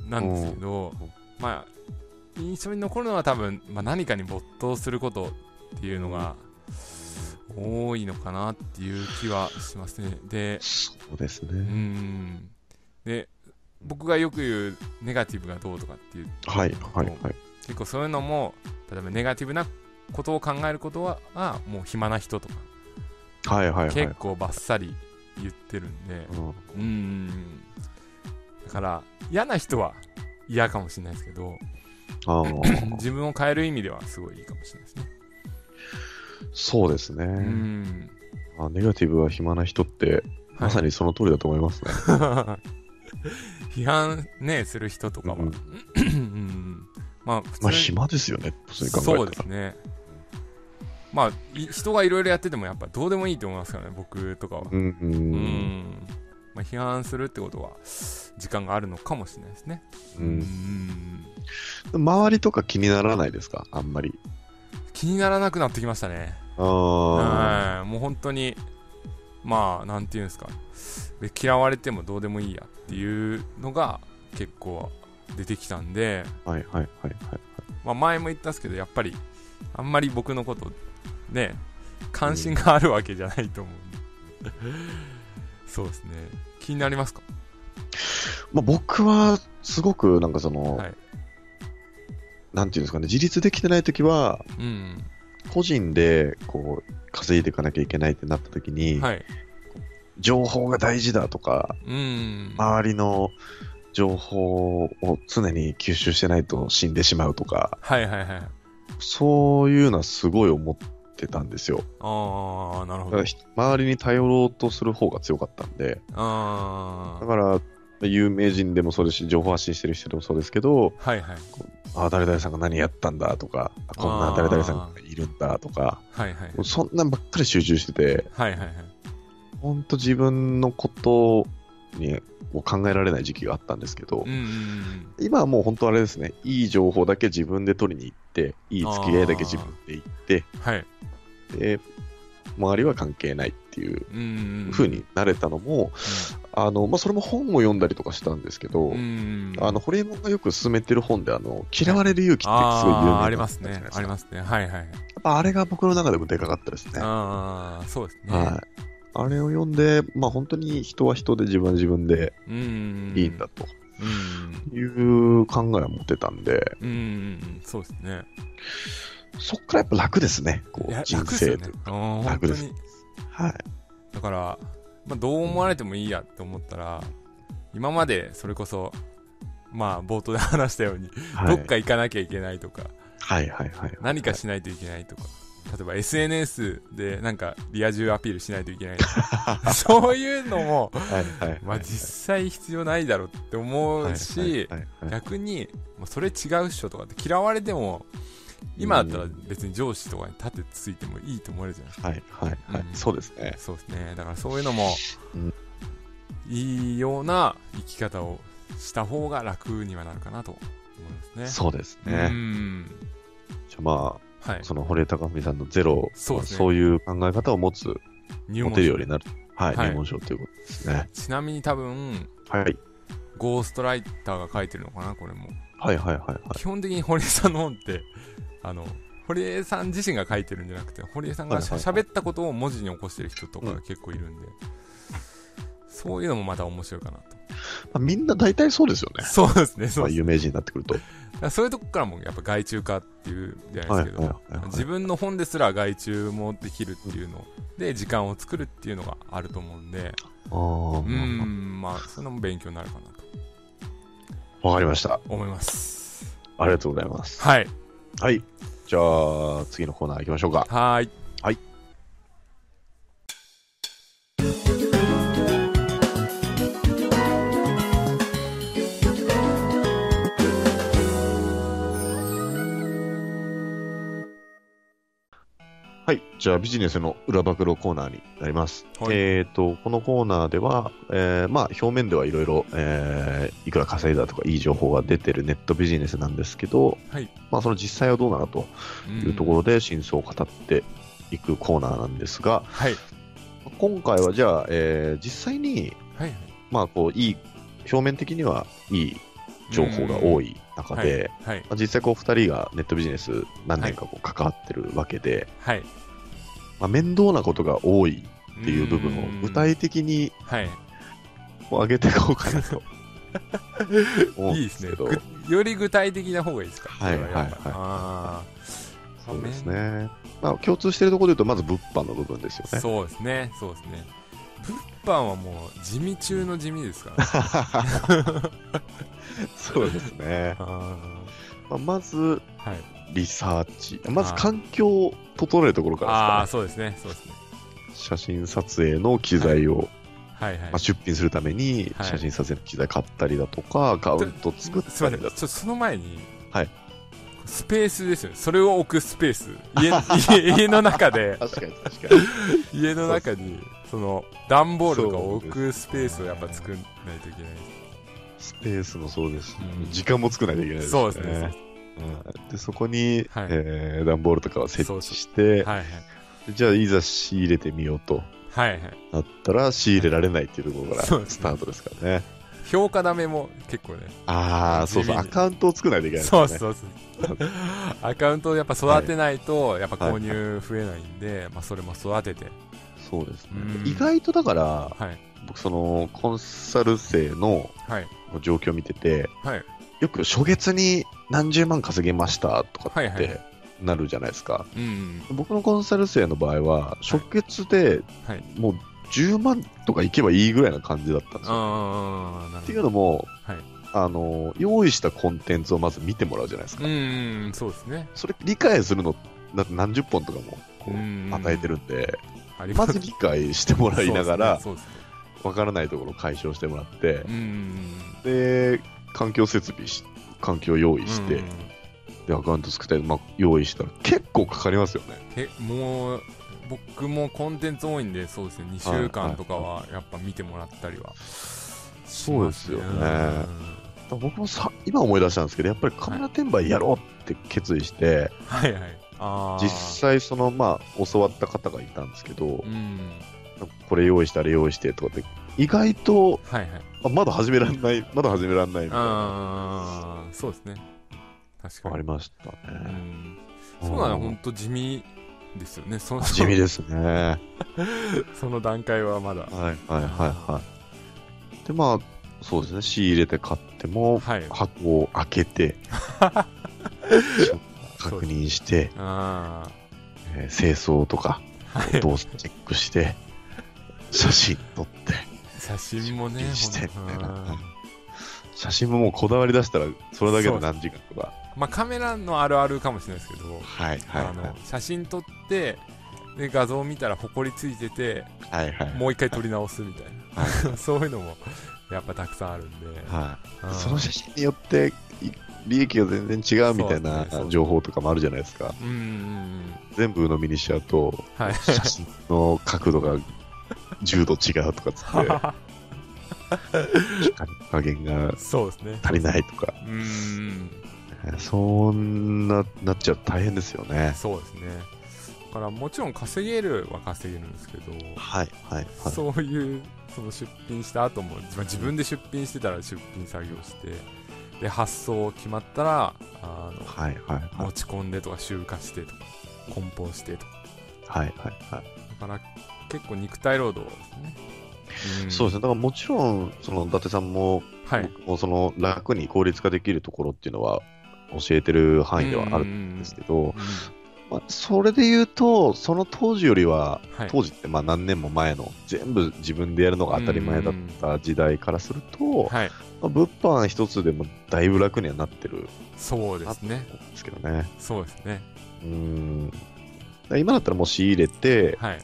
Speaker 2: なんですけど、まあ印象に残るのは多分、まあ、何かに没頭することっていうのが多いのかなっていう気はしますねで
Speaker 1: そうです
Speaker 2: う
Speaker 1: ね。
Speaker 2: んで僕がよく言うネガティブがどうとかっていう
Speaker 1: はいはいはい。
Speaker 2: 結構そういうのも例えばネガティブなことを考えることはあもう暇な人とか
Speaker 1: はいはいはい
Speaker 2: 結。構バッサリ言ってるんで、
Speaker 1: うん
Speaker 2: うーんだから嫌な人は嫌かもしれないですけど
Speaker 1: あー
Speaker 2: 自分を変える意味ではすごいいいかもしれないですね
Speaker 1: そうですね、
Speaker 2: うーん
Speaker 1: あ。ネガティブは暇な人って、まさにその通りだと思いますね。
Speaker 2: はい批判ねする人とかは、
Speaker 1: う
Speaker 2: うんん、まあ普通
Speaker 1: まあ
Speaker 2: に
Speaker 1: 暇ですよね、普通に考えたら。
Speaker 2: そうですねまあい人がいろいろやっててもやっぱどうでもいいと思いますからね僕とかは
Speaker 1: うんうん
Speaker 2: うーん、まあ、批判するってことは時間があるのかもしれないですね
Speaker 1: う
Speaker 2: うんん
Speaker 1: 周りとか気にならないですかあんまり。
Speaker 2: 気にならなくなってきましたね
Speaker 1: ああ。
Speaker 2: はいもう本当にまあなんていうんですかで嫌われてもどうでもいいやっていうのが結構出てきたんで、
Speaker 1: はいはいはいはい。
Speaker 2: まあ、前も言ったんですけどやっぱりあんまり僕のことね関心があるわけじゃないと思うんでそうですね気になりますか
Speaker 1: まあ、僕は、すごく、なんかその、
Speaker 2: はい
Speaker 1: なんていうんですかね、自立できてないときは、
Speaker 2: うん
Speaker 1: 個人で、こう、稼いでいかなきゃいけないってなったときに、
Speaker 2: はい
Speaker 1: 情報が大事だとか、
Speaker 2: うん
Speaker 1: 周りの情報を常に吸収してないと死んでしまうとか、
Speaker 2: はいはいはい
Speaker 1: そういうのはすごい思っってたんですよ。
Speaker 2: ああなる
Speaker 1: だ
Speaker 2: ほ
Speaker 1: か
Speaker 2: ど
Speaker 1: らひ周りに頼ろうとする方が強かったんで、
Speaker 2: あ
Speaker 1: だから、有名人でもそうですし、情報発信してる人でもそうですけど、
Speaker 2: あはいはい
Speaker 1: ああ、誰々さんが何やったんだとか、あこん
Speaker 2: あ
Speaker 1: な
Speaker 2: ー
Speaker 1: 誰々さんがいるんだとか、
Speaker 2: はいはい
Speaker 1: そんなんばっかり集中してて、
Speaker 2: はいはいはい
Speaker 1: ほんと自分のことにもう考えられない時期があったんですけど
Speaker 2: うん、うんうん
Speaker 1: 今はもう本当あれですね、いい情報だけ自分で取りに行って、いい付き合いだけ自分で行って、
Speaker 2: うんはい
Speaker 1: で、周りは関係ないっていう
Speaker 2: うんうんうん
Speaker 1: 風になれたのも、あの、まあ、それも本を読んだりとかしたんですけど、
Speaker 2: うんうん
Speaker 1: あの、ホリエモンがよく勧めてる本で、あの、嫌われる勇気ってすごい有名な
Speaker 2: ああーあり
Speaker 1: や
Speaker 2: ま
Speaker 1: つ
Speaker 2: す
Speaker 1: じゃない
Speaker 2: ね
Speaker 1: です
Speaker 2: あ
Speaker 1: か
Speaker 2: りますねはいはい
Speaker 1: やっぱあれが僕の中でもでかかったですね。はい。
Speaker 2: ああそうですね
Speaker 1: あれを読んで、まあ本当に人は人で自分は自分で
Speaker 2: うんうんうん
Speaker 1: いいんだと
Speaker 2: うん
Speaker 1: いう考えを持ってたんで、
Speaker 2: うんうんうんそうですね
Speaker 1: そっからやっぱ楽ですね、こ
Speaker 2: いうや
Speaker 1: 人
Speaker 2: 楽です
Speaker 1: 生
Speaker 2: よ
Speaker 1: と
Speaker 2: ね
Speaker 1: いうか。
Speaker 2: あー本
Speaker 1: 楽
Speaker 2: 当
Speaker 1: です
Speaker 2: に
Speaker 1: はい。
Speaker 2: だから、まあ、どう思われてもいいやって思ったら今までそれこそまあ冒頭で話したように、
Speaker 1: はい
Speaker 2: どっか行かなきゃいけないとか
Speaker 1: はいはいはい。
Speaker 2: 何かしないといけないとか例えば SNS でなんかリア充アピールしないといけない とかそういうのも、
Speaker 1: はいはいはい。
Speaker 2: まあ、実際必要ないだろうって思うし、
Speaker 1: はいはいはいはい
Speaker 2: 逆にもうそれ違うっしょとかって嫌われても今だったら別に上司とかに立てついてもいいと思えるじゃないですか、
Speaker 1: はいはいはい。
Speaker 2: うん
Speaker 1: そうですね。
Speaker 2: そうですねだからそういうのも
Speaker 1: うん
Speaker 2: いいような生き方をした方が楽にはなるかなと思いますね
Speaker 1: そうです
Speaker 2: う
Speaker 1: ね。
Speaker 2: ん
Speaker 1: じゃあま
Speaker 2: は
Speaker 1: あ、
Speaker 2: い
Speaker 1: その堀江貴文さんのゼロ、
Speaker 2: そうですね
Speaker 1: そういう考え方を持つ、持
Speaker 2: 入門
Speaker 1: てるようになる。はい、
Speaker 2: はい
Speaker 1: 入門書ということですね。
Speaker 2: ちなみに多分
Speaker 1: はい。
Speaker 2: ゴーストライターが書いてるのかなこれも
Speaker 1: はいはいはいはい。
Speaker 2: 基本的に堀江さんの本って あの堀江さん自身が書いてるんじゃなくて堀江さんがしゃ
Speaker 1: はいはいは
Speaker 2: 喋ったことを文字に起こしてる人とかが結構いるんで、そういうのもまた面白いか なと、
Speaker 1: まあ、みんな大体そうですよね。
Speaker 2: そうですねそ
Speaker 1: ま
Speaker 2: う
Speaker 1: あ、
Speaker 2: です
Speaker 1: 有名人になってくると。
Speaker 2: だからそういうとこからもやっぱ外注化っていうじゃないですけど、
Speaker 1: はいはいはい
Speaker 2: 自分の本ですら外注もできるっていうので時間を作るっていうのがあると思うんで
Speaker 1: ああ、
Speaker 2: うんまあそんなも勉強になるかなと
Speaker 1: わかりました。
Speaker 2: 思います
Speaker 1: ありがとうございます。
Speaker 2: はい
Speaker 1: はい。じゃあ、次のコーナー行きましょうか。
Speaker 2: はーい
Speaker 1: はいはい。じゃあ、ビジネスの裏暴露コーナーになります。
Speaker 2: はい
Speaker 1: えっ、と、このコーナーでは、えーまあ、表面ではいろいろ、えーいくら稼いだとか、いい情報が出てるネットビジネスなんですけど、
Speaker 2: はい
Speaker 1: まあ、その実際はどうなのと
Speaker 2: うん
Speaker 1: いうところで真相を語っていくコーナーなんですが、
Speaker 2: はい
Speaker 1: 今回はじゃあ、えー実際に、
Speaker 2: はい
Speaker 1: まあ、こういい表面的にはいい情報が多い中
Speaker 2: はい
Speaker 1: で、
Speaker 2: はい
Speaker 1: まあ、実際こう2人がネットビジネス何年かこう関わってるわけで、
Speaker 2: はい
Speaker 1: まあ、面倒なことが多いっていう部分を具体的に
Speaker 2: はい
Speaker 1: こう上げていこうかなと思うん
Speaker 2: いい
Speaker 1: で
Speaker 2: です
Speaker 1: す
Speaker 2: ね
Speaker 1: けど。
Speaker 2: ぐより具体的な方がいいですか
Speaker 1: はいはいはい
Speaker 2: あ
Speaker 1: そうですね、まあ、共通してるところで言うとまず物販の部分ですよ
Speaker 2: あ
Speaker 1: ね。
Speaker 2: そうですねそうですね物販はもう地味中の地味で すから
Speaker 1: そうですね、
Speaker 2: あ
Speaker 1: まあ、まず
Speaker 2: ーはい
Speaker 1: リサーチまず
Speaker 2: あー
Speaker 1: 環境を整えるところから
Speaker 2: ああー
Speaker 1: ですか
Speaker 2: そうですねそうですね
Speaker 1: ね写真撮影の機材を、
Speaker 2: はいはい
Speaker 1: まあ、出品するために
Speaker 2: はい
Speaker 1: 写真撮影の機材買ったりだとか、アカウント作っ
Speaker 2: す
Speaker 1: た
Speaker 2: みませ
Speaker 1: り
Speaker 2: ん、ち
Speaker 1: だ
Speaker 2: ょ
Speaker 1: とか
Speaker 2: その前に、
Speaker 1: はい
Speaker 2: スペースですよね、それを置くスペース、家 家家の中で、
Speaker 1: 確かに確かに
Speaker 2: 家の 中に、その段ボールとかを置
Speaker 1: そう
Speaker 2: くスペースをやっぱ作んないといけない
Speaker 1: スペースもそうですし、
Speaker 2: うん
Speaker 1: 時間も作らないといけないです
Speaker 2: で
Speaker 1: す
Speaker 2: そ
Speaker 1: よ
Speaker 2: うですね、
Speaker 1: うんでそこに、
Speaker 2: はい
Speaker 1: えー段ボールとかを設置して、
Speaker 2: はい
Speaker 1: じゃあいざ仕入れてみようと
Speaker 2: はい、はいはい、
Speaker 1: なったら仕入れられないっていうところか
Speaker 2: そうで
Speaker 1: ら
Speaker 2: す
Speaker 1: ス
Speaker 2: ね
Speaker 1: タートですからね
Speaker 2: 評価ダメも結構ね、
Speaker 1: ああそうそう
Speaker 2: 地味
Speaker 1: ア
Speaker 2: に
Speaker 1: カウントを作らないといけないですね
Speaker 2: そうそうそう、アカウントをやっぱ育てないと、やっぱ購入増えないんで、まあ、それも育てて、
Speaker 1: そうですね
Speaker 2: うん
Speaker 1: 意外とだから
Speaker 2: はい、
Speaker 1: 僕そのコンサル生の
Speaker 2: はい、
Speaker 1: 状況を見てて
Speaker 2: はい、
Speaker 1: よく初月に何十万稼げましたとか
Speaker 2: はい
Speaker 1: っ
Speaker 2: はい
Speaker 1: てなるじゃないですか、
Speaker 2: うん、
Speaker 1: 僕のコンサル生の場合は初月で
Speaker 2: はい、
Speaker 1: もう10万とかいけばいいぐらいな感じだったんですよ、
Speaker 2: ああ、なる
Speaker 1: って
Speaker 2: ほ
Speaker 1: いう
Speaker 2: ど。
Speaker 1: のも、
Speaker 2: はい
Speaker 1: あの用意したコンテンツをまず見てもらうじゃないですか、
Speaker 2: うん、そうですね。
Speaker 1: それ理解するのだって何十本とかもこ
Speaker 2: うん
Speaker 1: う与えてるんで、
Speaker 2: あり
Speaker 1: ま
Speaker 2: と
Speaker 1: ず
Speaker 2: う
Speaker 1: 理解してもらいながら、
Speaker 2: そうですね
Speaker 1: わからないところを解消してもらって
Speaker 2: そうですねう、ん
Speaker 1: で、環境設備し、環境用意して、
Speaker 2: うん
Speaker 1: で、アカウント作って、まあ、用意したら結構かかりますよね。
Speaker 2: えもう僕もコンテンツ多いんでそうですね2週間とかはやっぱ見てもらったりはし
Speaker 1: そう
Speaker 2: ま
Speaker 1: です
Speaker 2: すね
Speaker 1: よねだから僕もさ今思い出したんですけど、やっぱりカメラ転売やろうって決意して、
Speaker 2: うんはいはいあー
Speaker 1: 実際、その、まあ、教わった方がいたんですけど
Speaker 2: う、ん
Speaker 1: これ用意したら用意してとかって、意外と、
Speaker 2: はいはい
Speaker 1: あまだ始めらんない、まだ始めらんないみたいな、
Speaker 2: ああそうですね確かに
Speaker 1: ありました
Speaker 2: う
Speaker 1: ね。
Speaker 2: んそうなの
Speaker 1: うん
Speaker 2: 本当地味ですよねその
Speaker 1: 地味ですね。
Speaker 2: その段階はまだ
Speaker 1: はいはいはいはい。で、まあ、そうですね、仕入れて買っても、
Speaker 2: はい
Speaker 1: 箱を開け て、確認して、
Speaker 2: あ
Speaker 1: えー清掃とか、
Speaker 2: あ
Speaker 1: 動作チェックして、写真撮って、
Speaker 2: 写真もね
Speaker 1: 準備して
Speaker 2: ほんと
Speaker 1: みたいな
Speaker 2: うん
Speaker 1: 写真ももうこだわり出したら、それだけで何時間とか。
Speaker 2: まあカメラのあるあるかもしれないですけど
Speaker 1: はいはい
Speaker 2: あ
Speaker 1: はい
Speaker 2: の写真撮ってで画像見たらほこりついてて
Speaker 1: はいはい。
Speaker 2: もう一回撮り直すみたいな そういうのもやっぱたくさんあるんで
Speaker 1: は
Speaker 2: うん
Speaker 1: い、その写真によって、い利益が全然違うみたい
Speaker 2: そう
Speaker 1: な
Speaker 2: ですねそう
Speaker 1: 情報とかもあるじゃないですか。
Speaker 2: うんうん
Speaker 1: 全部鵜呑みにしちゃうと、
Speaker 2: うんはい
Speaker 1: 写真の角度が10度違うとかつって、光の加減が
Speaker 2: そうですね
Speaker 1: 足りないとか、
Speaker 2: うんうん
Speaker 1: そんななっちゃうと大変ですよね。
Speaker 2: そうですねだからもちろん稼げるは稼げるんですけど
Speaker 1: はいはいはい。
Speaker 2: そういうその出品した後もまあ自分で出品してたら出品作業してで発送決まったらあの
Speaker 1: はいはいはい
Speaker 2: 持。ち込んでとか集荷してとか梱包してとか
Speaker 1: はいはいはい
Speaker 2: だから結構肉体労働ですね。ん
Speaker 1: そうですね、だからもちろん、その伊達さんも、
Speaker 2: はい。
Speaker 1: 僕もその楽に効率化できるところっていうのは教えてる範囲ではあるん
Speaker 2: ん
Speaker 1: ですけど、
Speaker 2: うん
Speaker 1: まあ、それで言うと、その当時よりは、
Speaker 2: はい。
Speaker 1: 当時ってまあ何年も前の、全部自分でやるのが当たり前だった時代からすると、
Speaker 2: はい。
Speaker 1: まあ、物販一つでもだいぶ楽にはなってる
Speaker 2: そうですね。
Speaker 1: んですけどね。
Speaker 2: そうですね。
Speaker 1: うん。今だったらもう仕入れて、
Speaker 2: はい。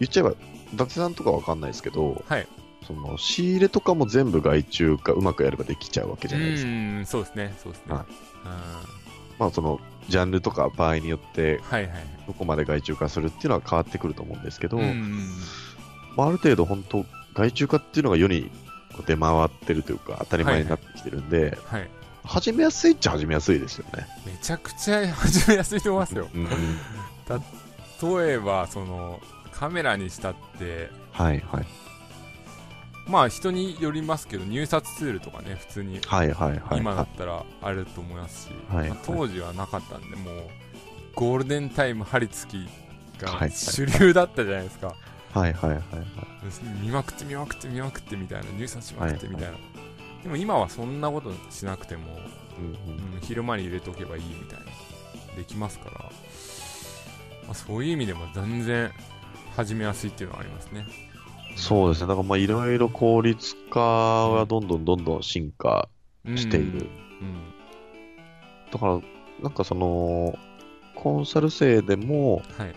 Speaker 1: 言っちゃえば、伊達さんとかわかんないですけど、
Speaker 2: はい。
Speaker 1: その仕入れとかも全部外注かうまくやればできちゃうわけじゃないですか。
Speaker 2: うん、そうですね。そうですね。
Speaker 1: はい
Speaker 2: うん
Speaker 1: まあそのジャンルとか場合によって、
Speaker 2: はいはい。
Speaker 1: どこまで外注化するっていうのは変わってくると思うんですけど、
Speaker 2: うん
Speaker 1: まあ、ある程度本当、外注化っていうのが世にこう出回ってるというか、当たり前になってきてるんで、
Speaker 2: はい。
Speaker 1: 始めやすいっちゃ始めやすいですよね。
Speaker 2: めちゃくちゃ始めやすいと思いますよ。
Speaker 1: うんうん
Speaker 2: 例えば、その、カメラにしたって、
Speaker 1: はいはい。
Speaker 2: まあ人によりますけど、入札ツールとかね、普通に
Speaker 1: はいはいはい。
Speaker 2: 今だったらあれだと思いますし、
Speaker 1: はい
Speaker 2: まあ当時はなかったんで、もうゴールデンタイム張り付き
Speaker 1: は
Speaker 2: が
Speaker 1: い
Speaker 2: 主流だったじゃないですか、
Speaker 1: はいはいはいはい。
Speaker 2: 見まくって見まくって見まくってみたいな入札しまくってみたいな、でも今はそんなことしなくても、
Speaker 1: うんうん
Speaker 2: うん昼間に入れとけばいいみたいなできますから、まあ、そういう意味でも全然始めやすいっていうのはありますね
Speaker 1: そうですね、だからまあいろいろ効率化はどんどんどんどん進化している。
Speaker 2: うん
Speaker 1: だから、なんかその、コンサル生でも、
Speaker 2: はい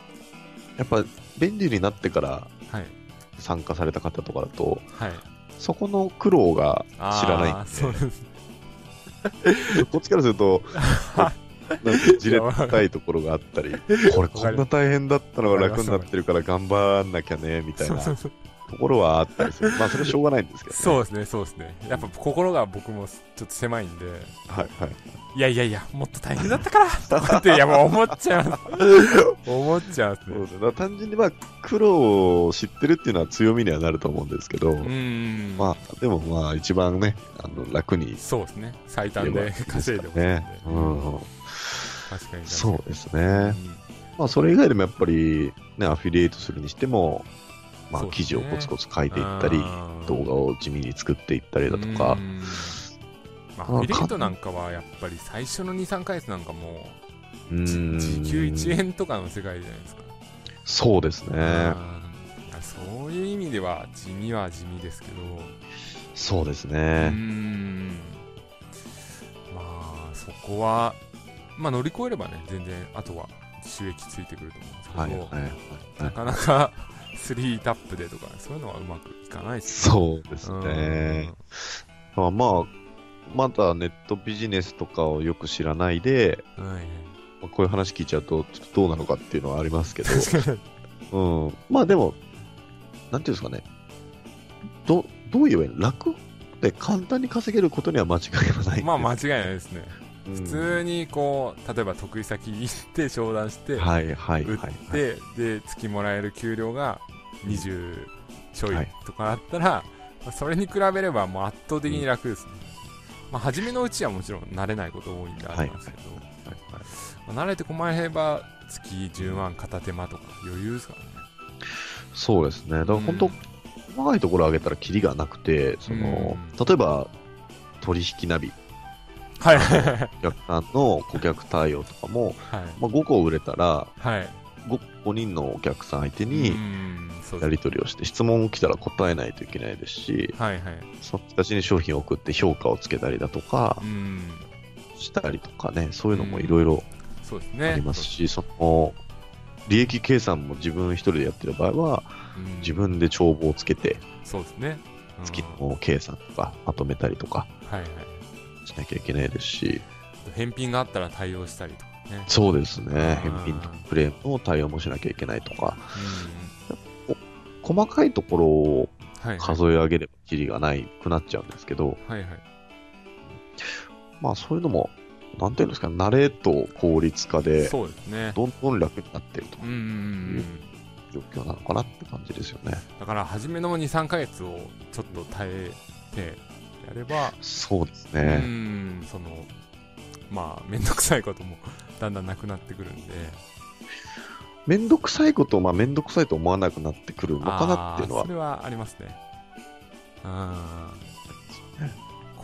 Speaker 1: やっぱ便利になってから
Speaker 2: はい
Speaker 1: 参加された方とかだと、
Speaker 2: はい
Speaker 1: そこの苦労が
Speaker 2: あー
Speaker 1: 知らないん
Speaker 2: そうです
Speaker 1: で、こっちからする と、なんかじれったいところがあったり、これこんな大変だったのが楽になってるから頑張んなきゃね、みたい
Speaker 2: そう
Speaker 1: な
Speaker 2: そう
Speaker 1: と
Speaker 2: そう
Speaker 1: ころはあったりする。まあそれはしょうがないんですけど、ね。
Speaker 2: そうですね、そうですね。やっぱ心が僕もちょっと狭いんで、
Speaker 1: はいはい。
Speaker 2: いやいやいや、もっと大変だったからとかって、いや、もう思っちゃ います。思っちゃいます
Speaker 1: そう
Speaker 2: ね。
Speaker 1: ですね、だから単純にまあ苦労を知ってるっていうのは強みにはなると思うんですけど、
Speaker 2: うーん。
Speaker 1: まあ、でもまあ一番ねあの楽に
Speaker 2: そうですね。最短
Speaker 1: 言えば
Speaker 2: で稼いでもら
Speaker 1: ね
Speaker 2: って、
Speaker 1: うん、
Speaker 2: 確かに。
Speaker 1: そうです
Speaker 2: う
Speaker 1: ね、
Speaker 2: ん
Speaker 1: まあ、それ以外でもやっぱり、ね、アフィリエイトするにしても、まあ
Speaker 2: そうですね
Speaker 1: 記事をコツコツ書いていったり、
Speaker 2: あー
Speaker 1: 動画を地味に作っていったりだと
Speaker 2: う
Speaker 1: か
Speaker 2: ー、んまあ、
Speaker 1: あ
Speaker 2: アフィリエイトなんかはやっぱり最初の2、3ヶ月なんかも
Speaker 1: う
Speaker 2: う、
Speaker 1: ーん
Speaker 2: 時給1円とかの世界じゃないですか。
Speaker 1: そうですね、
Speaker 2: うんそういう意味では地味は地味ですけど、
Speaker 1: そうです
Speaker 2: うー
Speaker 1: ね、
Speaker 2: んまあそこはまあ乗り越えればね全然あとは収益ついてくると思
Speaker 1: は
Speaker 2: うん
Speaker 1: い
Speaker 2: ですけ
Speaker 1: は
Speaker 2: ど、
Speaker 1: いはいは。
Speaker 2: ないかなか3タップでとかそういうのはうまくいかないです
Speaker 1: そうです
Speaker 2: よ
Speaker 1: ね。だからまあ、まだネットビジネスとかをよく知らないで、
Speaker 2: うんはいはい
Speaker 1: まあこういう話聞いちゃうと、ちょっとどうなのかっていうのはありますけ ど、うん、まあでも、なんていうんですかね、どどう言えばいいの楽で簡単に稼げることには間違いがない。
Speaker 2: まあ間違いないですね、
Speaker 1: うん
Speaker 2: 普通にこう例えば得意先行って商談して、
Speaker 1: はいはい
Speaker 2: 売
Speaker 1: は
Speaker 2: っ
Speaker 1: い
Speaker 2: て、
Speaker 1: はい。
Speaker 2: で月もらえる給料が20ちょい
Speaker 1: はい
Speaker 2: とかあったら、まあそれに比べればもう圧倒的に楽ですね、まあ、初めのうちはもちろん慣れないこと多いんでありますけど、まあ慣れてこまれば月10万片手間とか余裕ですからね
Speaker 1: そうですね。だから本当、
Speaker 2: うん
Speaker 1: 細かいところを上げたらキリがなくて、その、
Speaker 2: うん
Speaker 1: 例えば、取引ナビ、
Speaker 2: はい はい
Speaker 1: お客さんの顧客対応とかも、まあ、5個売れたら
Speaker 2: はい
Speaker 1: 5、5人のお客さん相手
Speaker 2: う
Speaker 1: に
Speaker 2: んそう
Speaker 1: やり
Speaker 2: です
Speaker 1: 取りをして、質問来たら答えないといけないですし、
Speaker 2: はいはい
Speaker 1: その人たちに商品を送って評価をつけたりだとか
Speaker 2: う、ん
Speaker 1: したりとかね、そういうのもいろいろ
Speaker 2: そうです
Speaker 1: あ
Speaker 2: ね
Speaker 1: りますし、その、利益計算も自分一人でやってる場合は、
Speaker 2: うん
Speaker 1: 自分で帳簿をつけて、
Speaker 2: そうですねうん
Speaker 1: 月の計算とか、まとめたりとか
Speaker 2: はいはい
Speaker 1: しなきゃいけないですし、
Speaker 2: 返品があったら対応したりとかね
Speaker 1: そうですね、
Speaker 2: うん
Speaker 1: 返品とかクレームの対応もしなきゃいけないとか、
Speaker 2: う
Speaker 1: 細かいところを
Speaker 2: んはい
Speaker 1: 数え上げればキリがないくなっちゃうんですけど、
Speaker 2: はいはい
Speaker 1: まあそういうのも、なんていうんですか、慣れと効率化で、
Speaker 2: そうですね
Speaker 1: どんどん楽になってると
Speaker 2: うんうんうん
Speaker 1: いう状況なのかなって感じですよね。
Speaker 2: うんだから初めの23ヶ月をちょっと耐えてやれば、
Speaker 1: そうです
Speaker 2: う
Speaker 1: ね。
Speaker 2: んそのまあ面倒くさいこともだんだんなくなってくるんで
Speaker 1: めんどくさいことを、まあめんどくさいと思わなくなってくるのかなっていうの
Speaker 2: あー
Speaker 1: は
Speaker 2: そ、れはありますねうん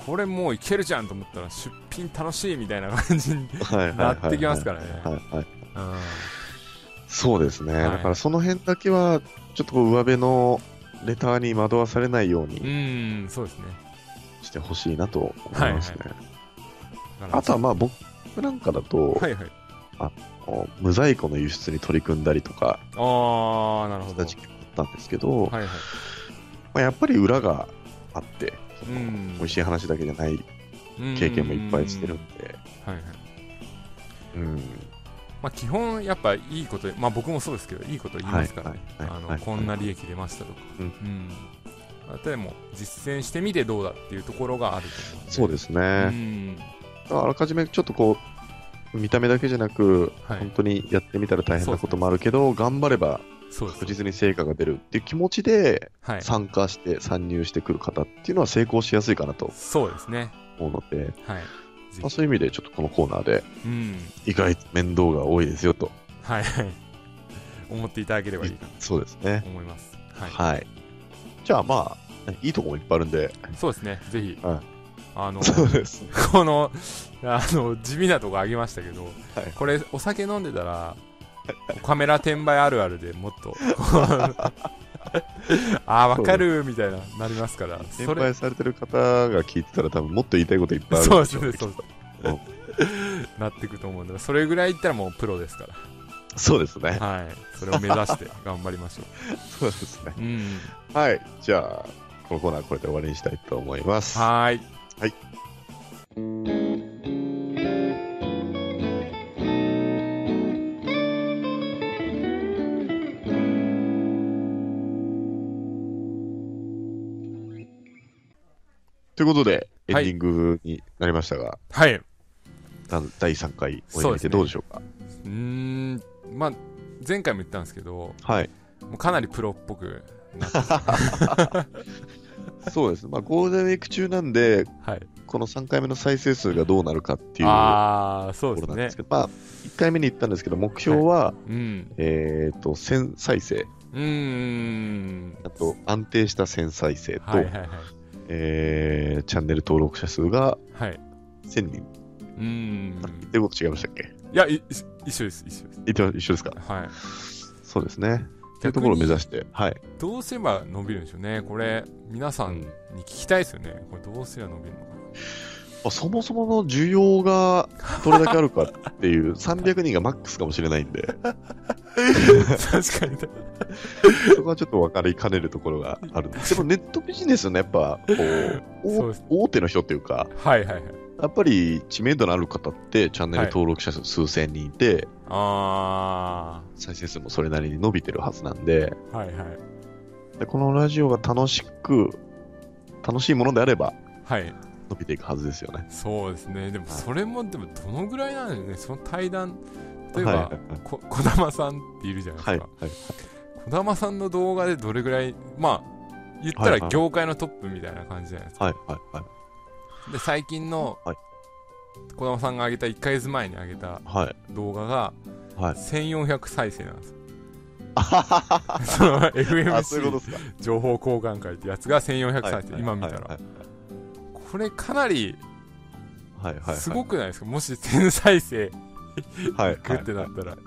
Speaker 2: これもういけるじゃんと思ったら出品楽しいみたいな感じに
Speaker 1: はいはい
Speaker 2: な
Speaker 1: はい
Speaker 2: ってきますから
Speaker 1: はい
Speaker 2: ね
Speaker 1: はい。
Speaker 2: うん
Speaker 1: そうですね。
Speaker 2: はい
Speaker 1: だからその辺だけは、ちょっとこう上辺のレターに惑わされないよう
Speaker 2: う
Speaker 1: に
Speaker 2: んそうですね
Speaker 1: してほしいなと思いますね。
Speaker 2: だから
Speaker 1: あとはまあ僕なんかだと、
Speaker 2: はいはい
Speaker 1: こう無在庫の輸出に取り組んだりとか
Speaker 2: ああなるほ
Speaker 1: し
Speaker 2: ど
Speaker 1: た時期もあったんですけど、ま
Speaker 2: はいはい
Speaker 1: あ、やっぱり裏があって、その
Speaker 2: うん
Speaker 1: 美味しい話だけじゃない経験もいっぱいしてるんで、
Speaker 2: はいはい
Speaker 1: うん、
Speaker 2: まあ、基本やっぱいいこと、まあ、僕もそうですけどいいこと言いますから、
Speaker 1: はいはい
Speaker 2: あの
Speaker 1: はい
Speaker 2: こんな利益出ましたとか、
Speaker 1: うん
Speaker 2: うんでも実践してみてどうだっていうところがあると思
Speaker 1: そう
Speaker 2: う
Speaker 1: ですね、
Speaker 2: ね、
Speaker 1: あらかじめちょっとこう見た目だけじゃなく、
Speaker 2: はい
Speaker 1: 本当にやってみたら大変なこともあるけど、頑張れば
Speaker 2: うん、そうです
Speaker 1: 確実に成果が出るっていう気持ちで
Speaker 2: はい
Speaker 1: 参加して参入してくる方っていうのは成功しやすいかなと
Speaker 2: そうですね
Speaker 1: 思うので、
Speaker 2: はいぜ
Speaker 1: まあ、
Speaker 2: ひ
Speaker 1: そういう意味でちょっとこのコーナーで
Speaker 2: うん
Speaker 1: 意外と面倒が多いですよと
Speaker 2: はいはい思っていただければいいかな
Speaker 1: そうですね
Speaker 2: と思います、はい
Speaker 1: はい、じゃあまあいいとこもいっぱいあるんで
Speaker 2: そうですねぜひ、
Speaker 1: うん
Speaker 2: あの
Speaker 1: そうです
Speaker 2: このあの地味なとこあげましたけど、
Speaker 1: はい
Speaker 2: これお酒飲んでたらカメラ転売あるあるでもっと こうあー分かるみたいななりますから
Speaker 1: 心
Speaker 2: それ
Speaker 1: 配されてる方が聞いてたら多分もっと言いたいこといっぱいある
Speaker 2: そうんで
Speaker 1: でし
Speaker 2: す
Speaker 1: ょうね
Speaker 2: ねそうですなっていくと思うんでそれぐらいいったらもうプロですか
Speaker 1: そうですね
Speaker 2: らはいそれを目指して頑張りましょ
Speaker 1: そうですね
Speaker 2: う、うん、
Speaker 1: はいじゃあこのコーナーこれで終わりにしたいと思います
Speaker 2: はーい
Speaker 1: ということでエン
Speaker 2: は
Speaker 1: デ
Speaker 2: い
Speaker 1: ィングになりましたが、
Speaker 2: はい
Speaker 1: だ第3回終えてみて
Speaker 2: そうですね
Speaker 1: どうでしょうか
Speaker 2: うーんまあ前回も言ったんですけど
Speaker 1: はい
Speaker 2: もうかなりプロっぽくなって
Speaker 1: そうですね、まあ、ゴールデンウィーク中なんで、
Speaker 2: はい
Speaker 1: この3回目の再生数がどうなるかっていうと
Speaker 2: ああそう
Speaker 1: ころ
Speaker 2: で
Speaker 1: なんで
Speaker 2: すね
Speaker 1: すけど、まあ、1回目に言ったんですけど、目標は、
Speaker 2: うん
Speaker 1: えー、と1000再生、
Speaker 2: うーん。
Speaker 1: あと安定した1000再生と、
Speaker 2: はいはいはい。
Speaker 1: えーチャンネル登録者数が
Speaker 2: はい。
Speaker 1: 1000人、
Speaker 2: うーん
Speaker 1: あ。言ってること違いましたっけ
Speaker 2: いや、い一一緒です、一緒です。
Speaker 1: 言ってま一緒ですか、
Speaker 2: はい。
Speaker 1: そうですね。というところを目指して、はい、
Speaker 2: 逆にどうすれば伸びるんでしょうね。これ、皆さんに聞きたいですよね。これどうすれば伸びるのか
Speaker 1: あそもそもの需要がどれだけあるかっていう 300人がマックスかもしれないんで
Speaker 2: 確かにね
Speaker 1: そこはちょっと分かりかねるところがあるんですけどネットビジネスのやっぱこ
Speaker 2: そう
Speaker 1: う
Speaker 2: です
Speaker 1: お大手の人っていうか
Speaker 2: はいはいはい
Speaker 1: やっぱり知名度のある方ってチャンネル
Speaker 2: はい
Speaker 1: 登録者数数千人いて、
Speaker 2: あ
Speaker 1: 再生数もそれなりに伸びてるはずなんで
Speaker 2: ーはいはい
Speaker 1: でこのラジオが楽しく楽しいものであれば
Speaker 2: はい
Speaker 1: 伸びていくはずですよね。
Speaker 2: そうですねでも
Speaker 1: はい
Speaker 2: それもでもどのぐらいなんでねその対談例えば、
Speaker 1: はいはい
Speaker 2: こ児玉さんっているじゃないですか、
Speaker 1: はい、はい
Speaker 2: 児玉さんの動画でどれぐらいまあ言った
Speaker 1: は
Speaker 2: ら
Speaker 1: いはい
Speaker 2: 業界のトップみたいな感じじゃないですか、
Speaker 1: はいはいはい
Speaker 2: で最近の
Speaker 1: はい
Speaker 2: 児玉さんが上げた1ヶ月前に上げた
Speaker 1: はい
Speaker 2: 動画が
Speaker 1: はい
Speaker 2: 1400再生なんですよ
Speaker 1: あ
Speaker 2: その
Speaker 1: そういうこ
Speaker 2: FMC
Speaker 1: とですか。
Speaker 2: 情報交換会ってやつが1400再生、
Speaker 1: はいはい
Speaker 2: 今見たら、
Speaker 1: はい
Speaker 2: これかなり
Speaker 1: はいはい。
Speaker 2: すごくないですか、もし1000再生
Speaker 1: はい
Speaker 2: グってなったら、結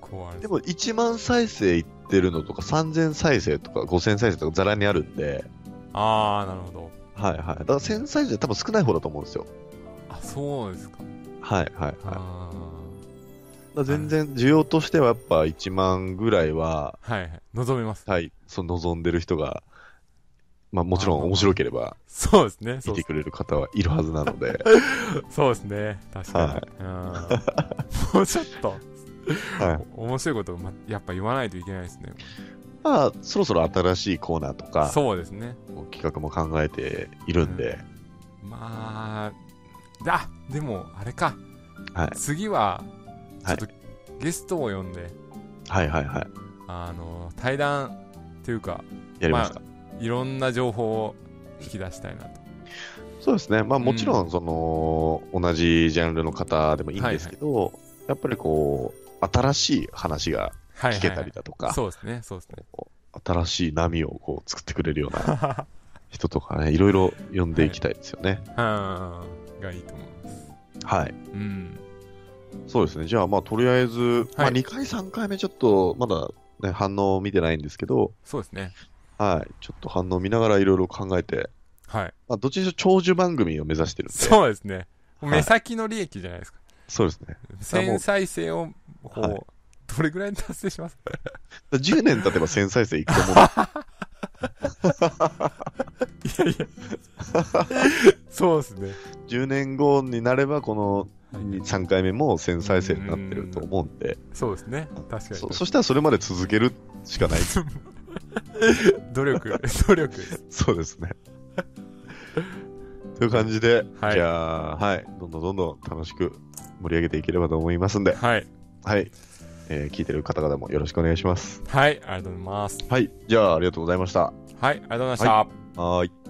Speaker 2: 構あれ
Speaker 1: でも1万再生いってるのとか3000再生とか5000再生とかざらにあるんで、
Speaker 2: ああなるほど
Speaker 1: はいはい。だから1000再生多分少ない方だと思うんですよ。
Speaker 2: あそうですか
Speaker 1: はいはいはい。だか
Speaker 2: あ
Speaker 1: ら全然需要としてはやっぱ1万ぐらいは、
Speaker 2: ーはいはい望めます
Speaker 1: はい、その望んでる人が、まあもちろん面白ければ
Speaker 2: そうですねそ
Speaker 1: 見
Speaker 2: う
Speaker 1: てくれる方はい るはずなので、
Speaker 2: そうですね確かに、うんもうちょっと
Speaker 1: はい。
Speaker 2: お面白いことをまやっぱ言わないといけないですね
Speaker 1: まあそろそろ新しいコーナーとか、
Speaker 2: そうですね
Speaker 1: 企画も考えているんで、
Speaker 2: まあだでもあれか、
Speaker 1: はい
Speaker 2: 次はちょ
Speaker 1: はい
Speaker 2: っとゲストを呼んで、
Speaker 1: はいはいはい。
Speaker 2: あの対談というか
Speaker 1: やりますか。
Speaker 2: いろんな情報を引き出したいなと
Speaker 1: そうですね、まあ、もちろんその、同じジャンルの方でもいいんですけど、やっぱりこう新しい話が
Speaker 2: はいはい
Speaker 1: 聞けたりだとか、
Speaker 2: そうですねそうですね
Speaker 1: 新しい波をこう作ってくれるような 人とかね、いろいろ呼んでいきたいですよね。
Speaker 2: うんがいいと思います
Speaker 1: はい、
Speaker 2: うん
Speaker 1: そうですね、じゃあ、まあ、とりあえず、まあ、
Speaker 2: はい
Speaker 1: 2回、3回目、ちょっとまだ、ね、反応を見てないんですけど、
Speaker 2: そうですね
Speaker 1: はい、ちょっと反応を見ながらいろいろ考えて、
Speaker 2: はい
Speaker 1: まあ、どっちにしろ長寿番組を目指してるんで、そう
Speaker 2: そうですねもう目先の利益じゃないですか、
Speaker 1: です ね、
Speaker 2: 1000再生をこう、
Speaker 1: はい
Speaker 2: どれぐらいに達成します
Speaker 1: 10年経てば1000再生いくと思うんで
Speaker 2: いやいやそうですね、
Speaker 1: 10年後になれば、この
Speaker 2: はい
Speaker 1: 3回目も1000再生になってると思うんで、
Speaker 2: そうですね 確かに
Speaker 1: そそしたらそれまで続けるしかない。
Speaker 2: 努力努力です
Speaker 1: そうですね。という感じで、
Speaker 2: はい
Speaker 1: じゃあ、はい、どんどんどんどん楽しく盛り上げていければと思いますんで、
Speaker 2: はい
Speaker 1: はい、えー聞いてる方々もよろしくお願いします。
Speaker 2: はいありがとうございます
Speaker 1: はい、じゃあありがとうございました。
Speaker 2: はいありがとうございました、
Speaker 1: はーい。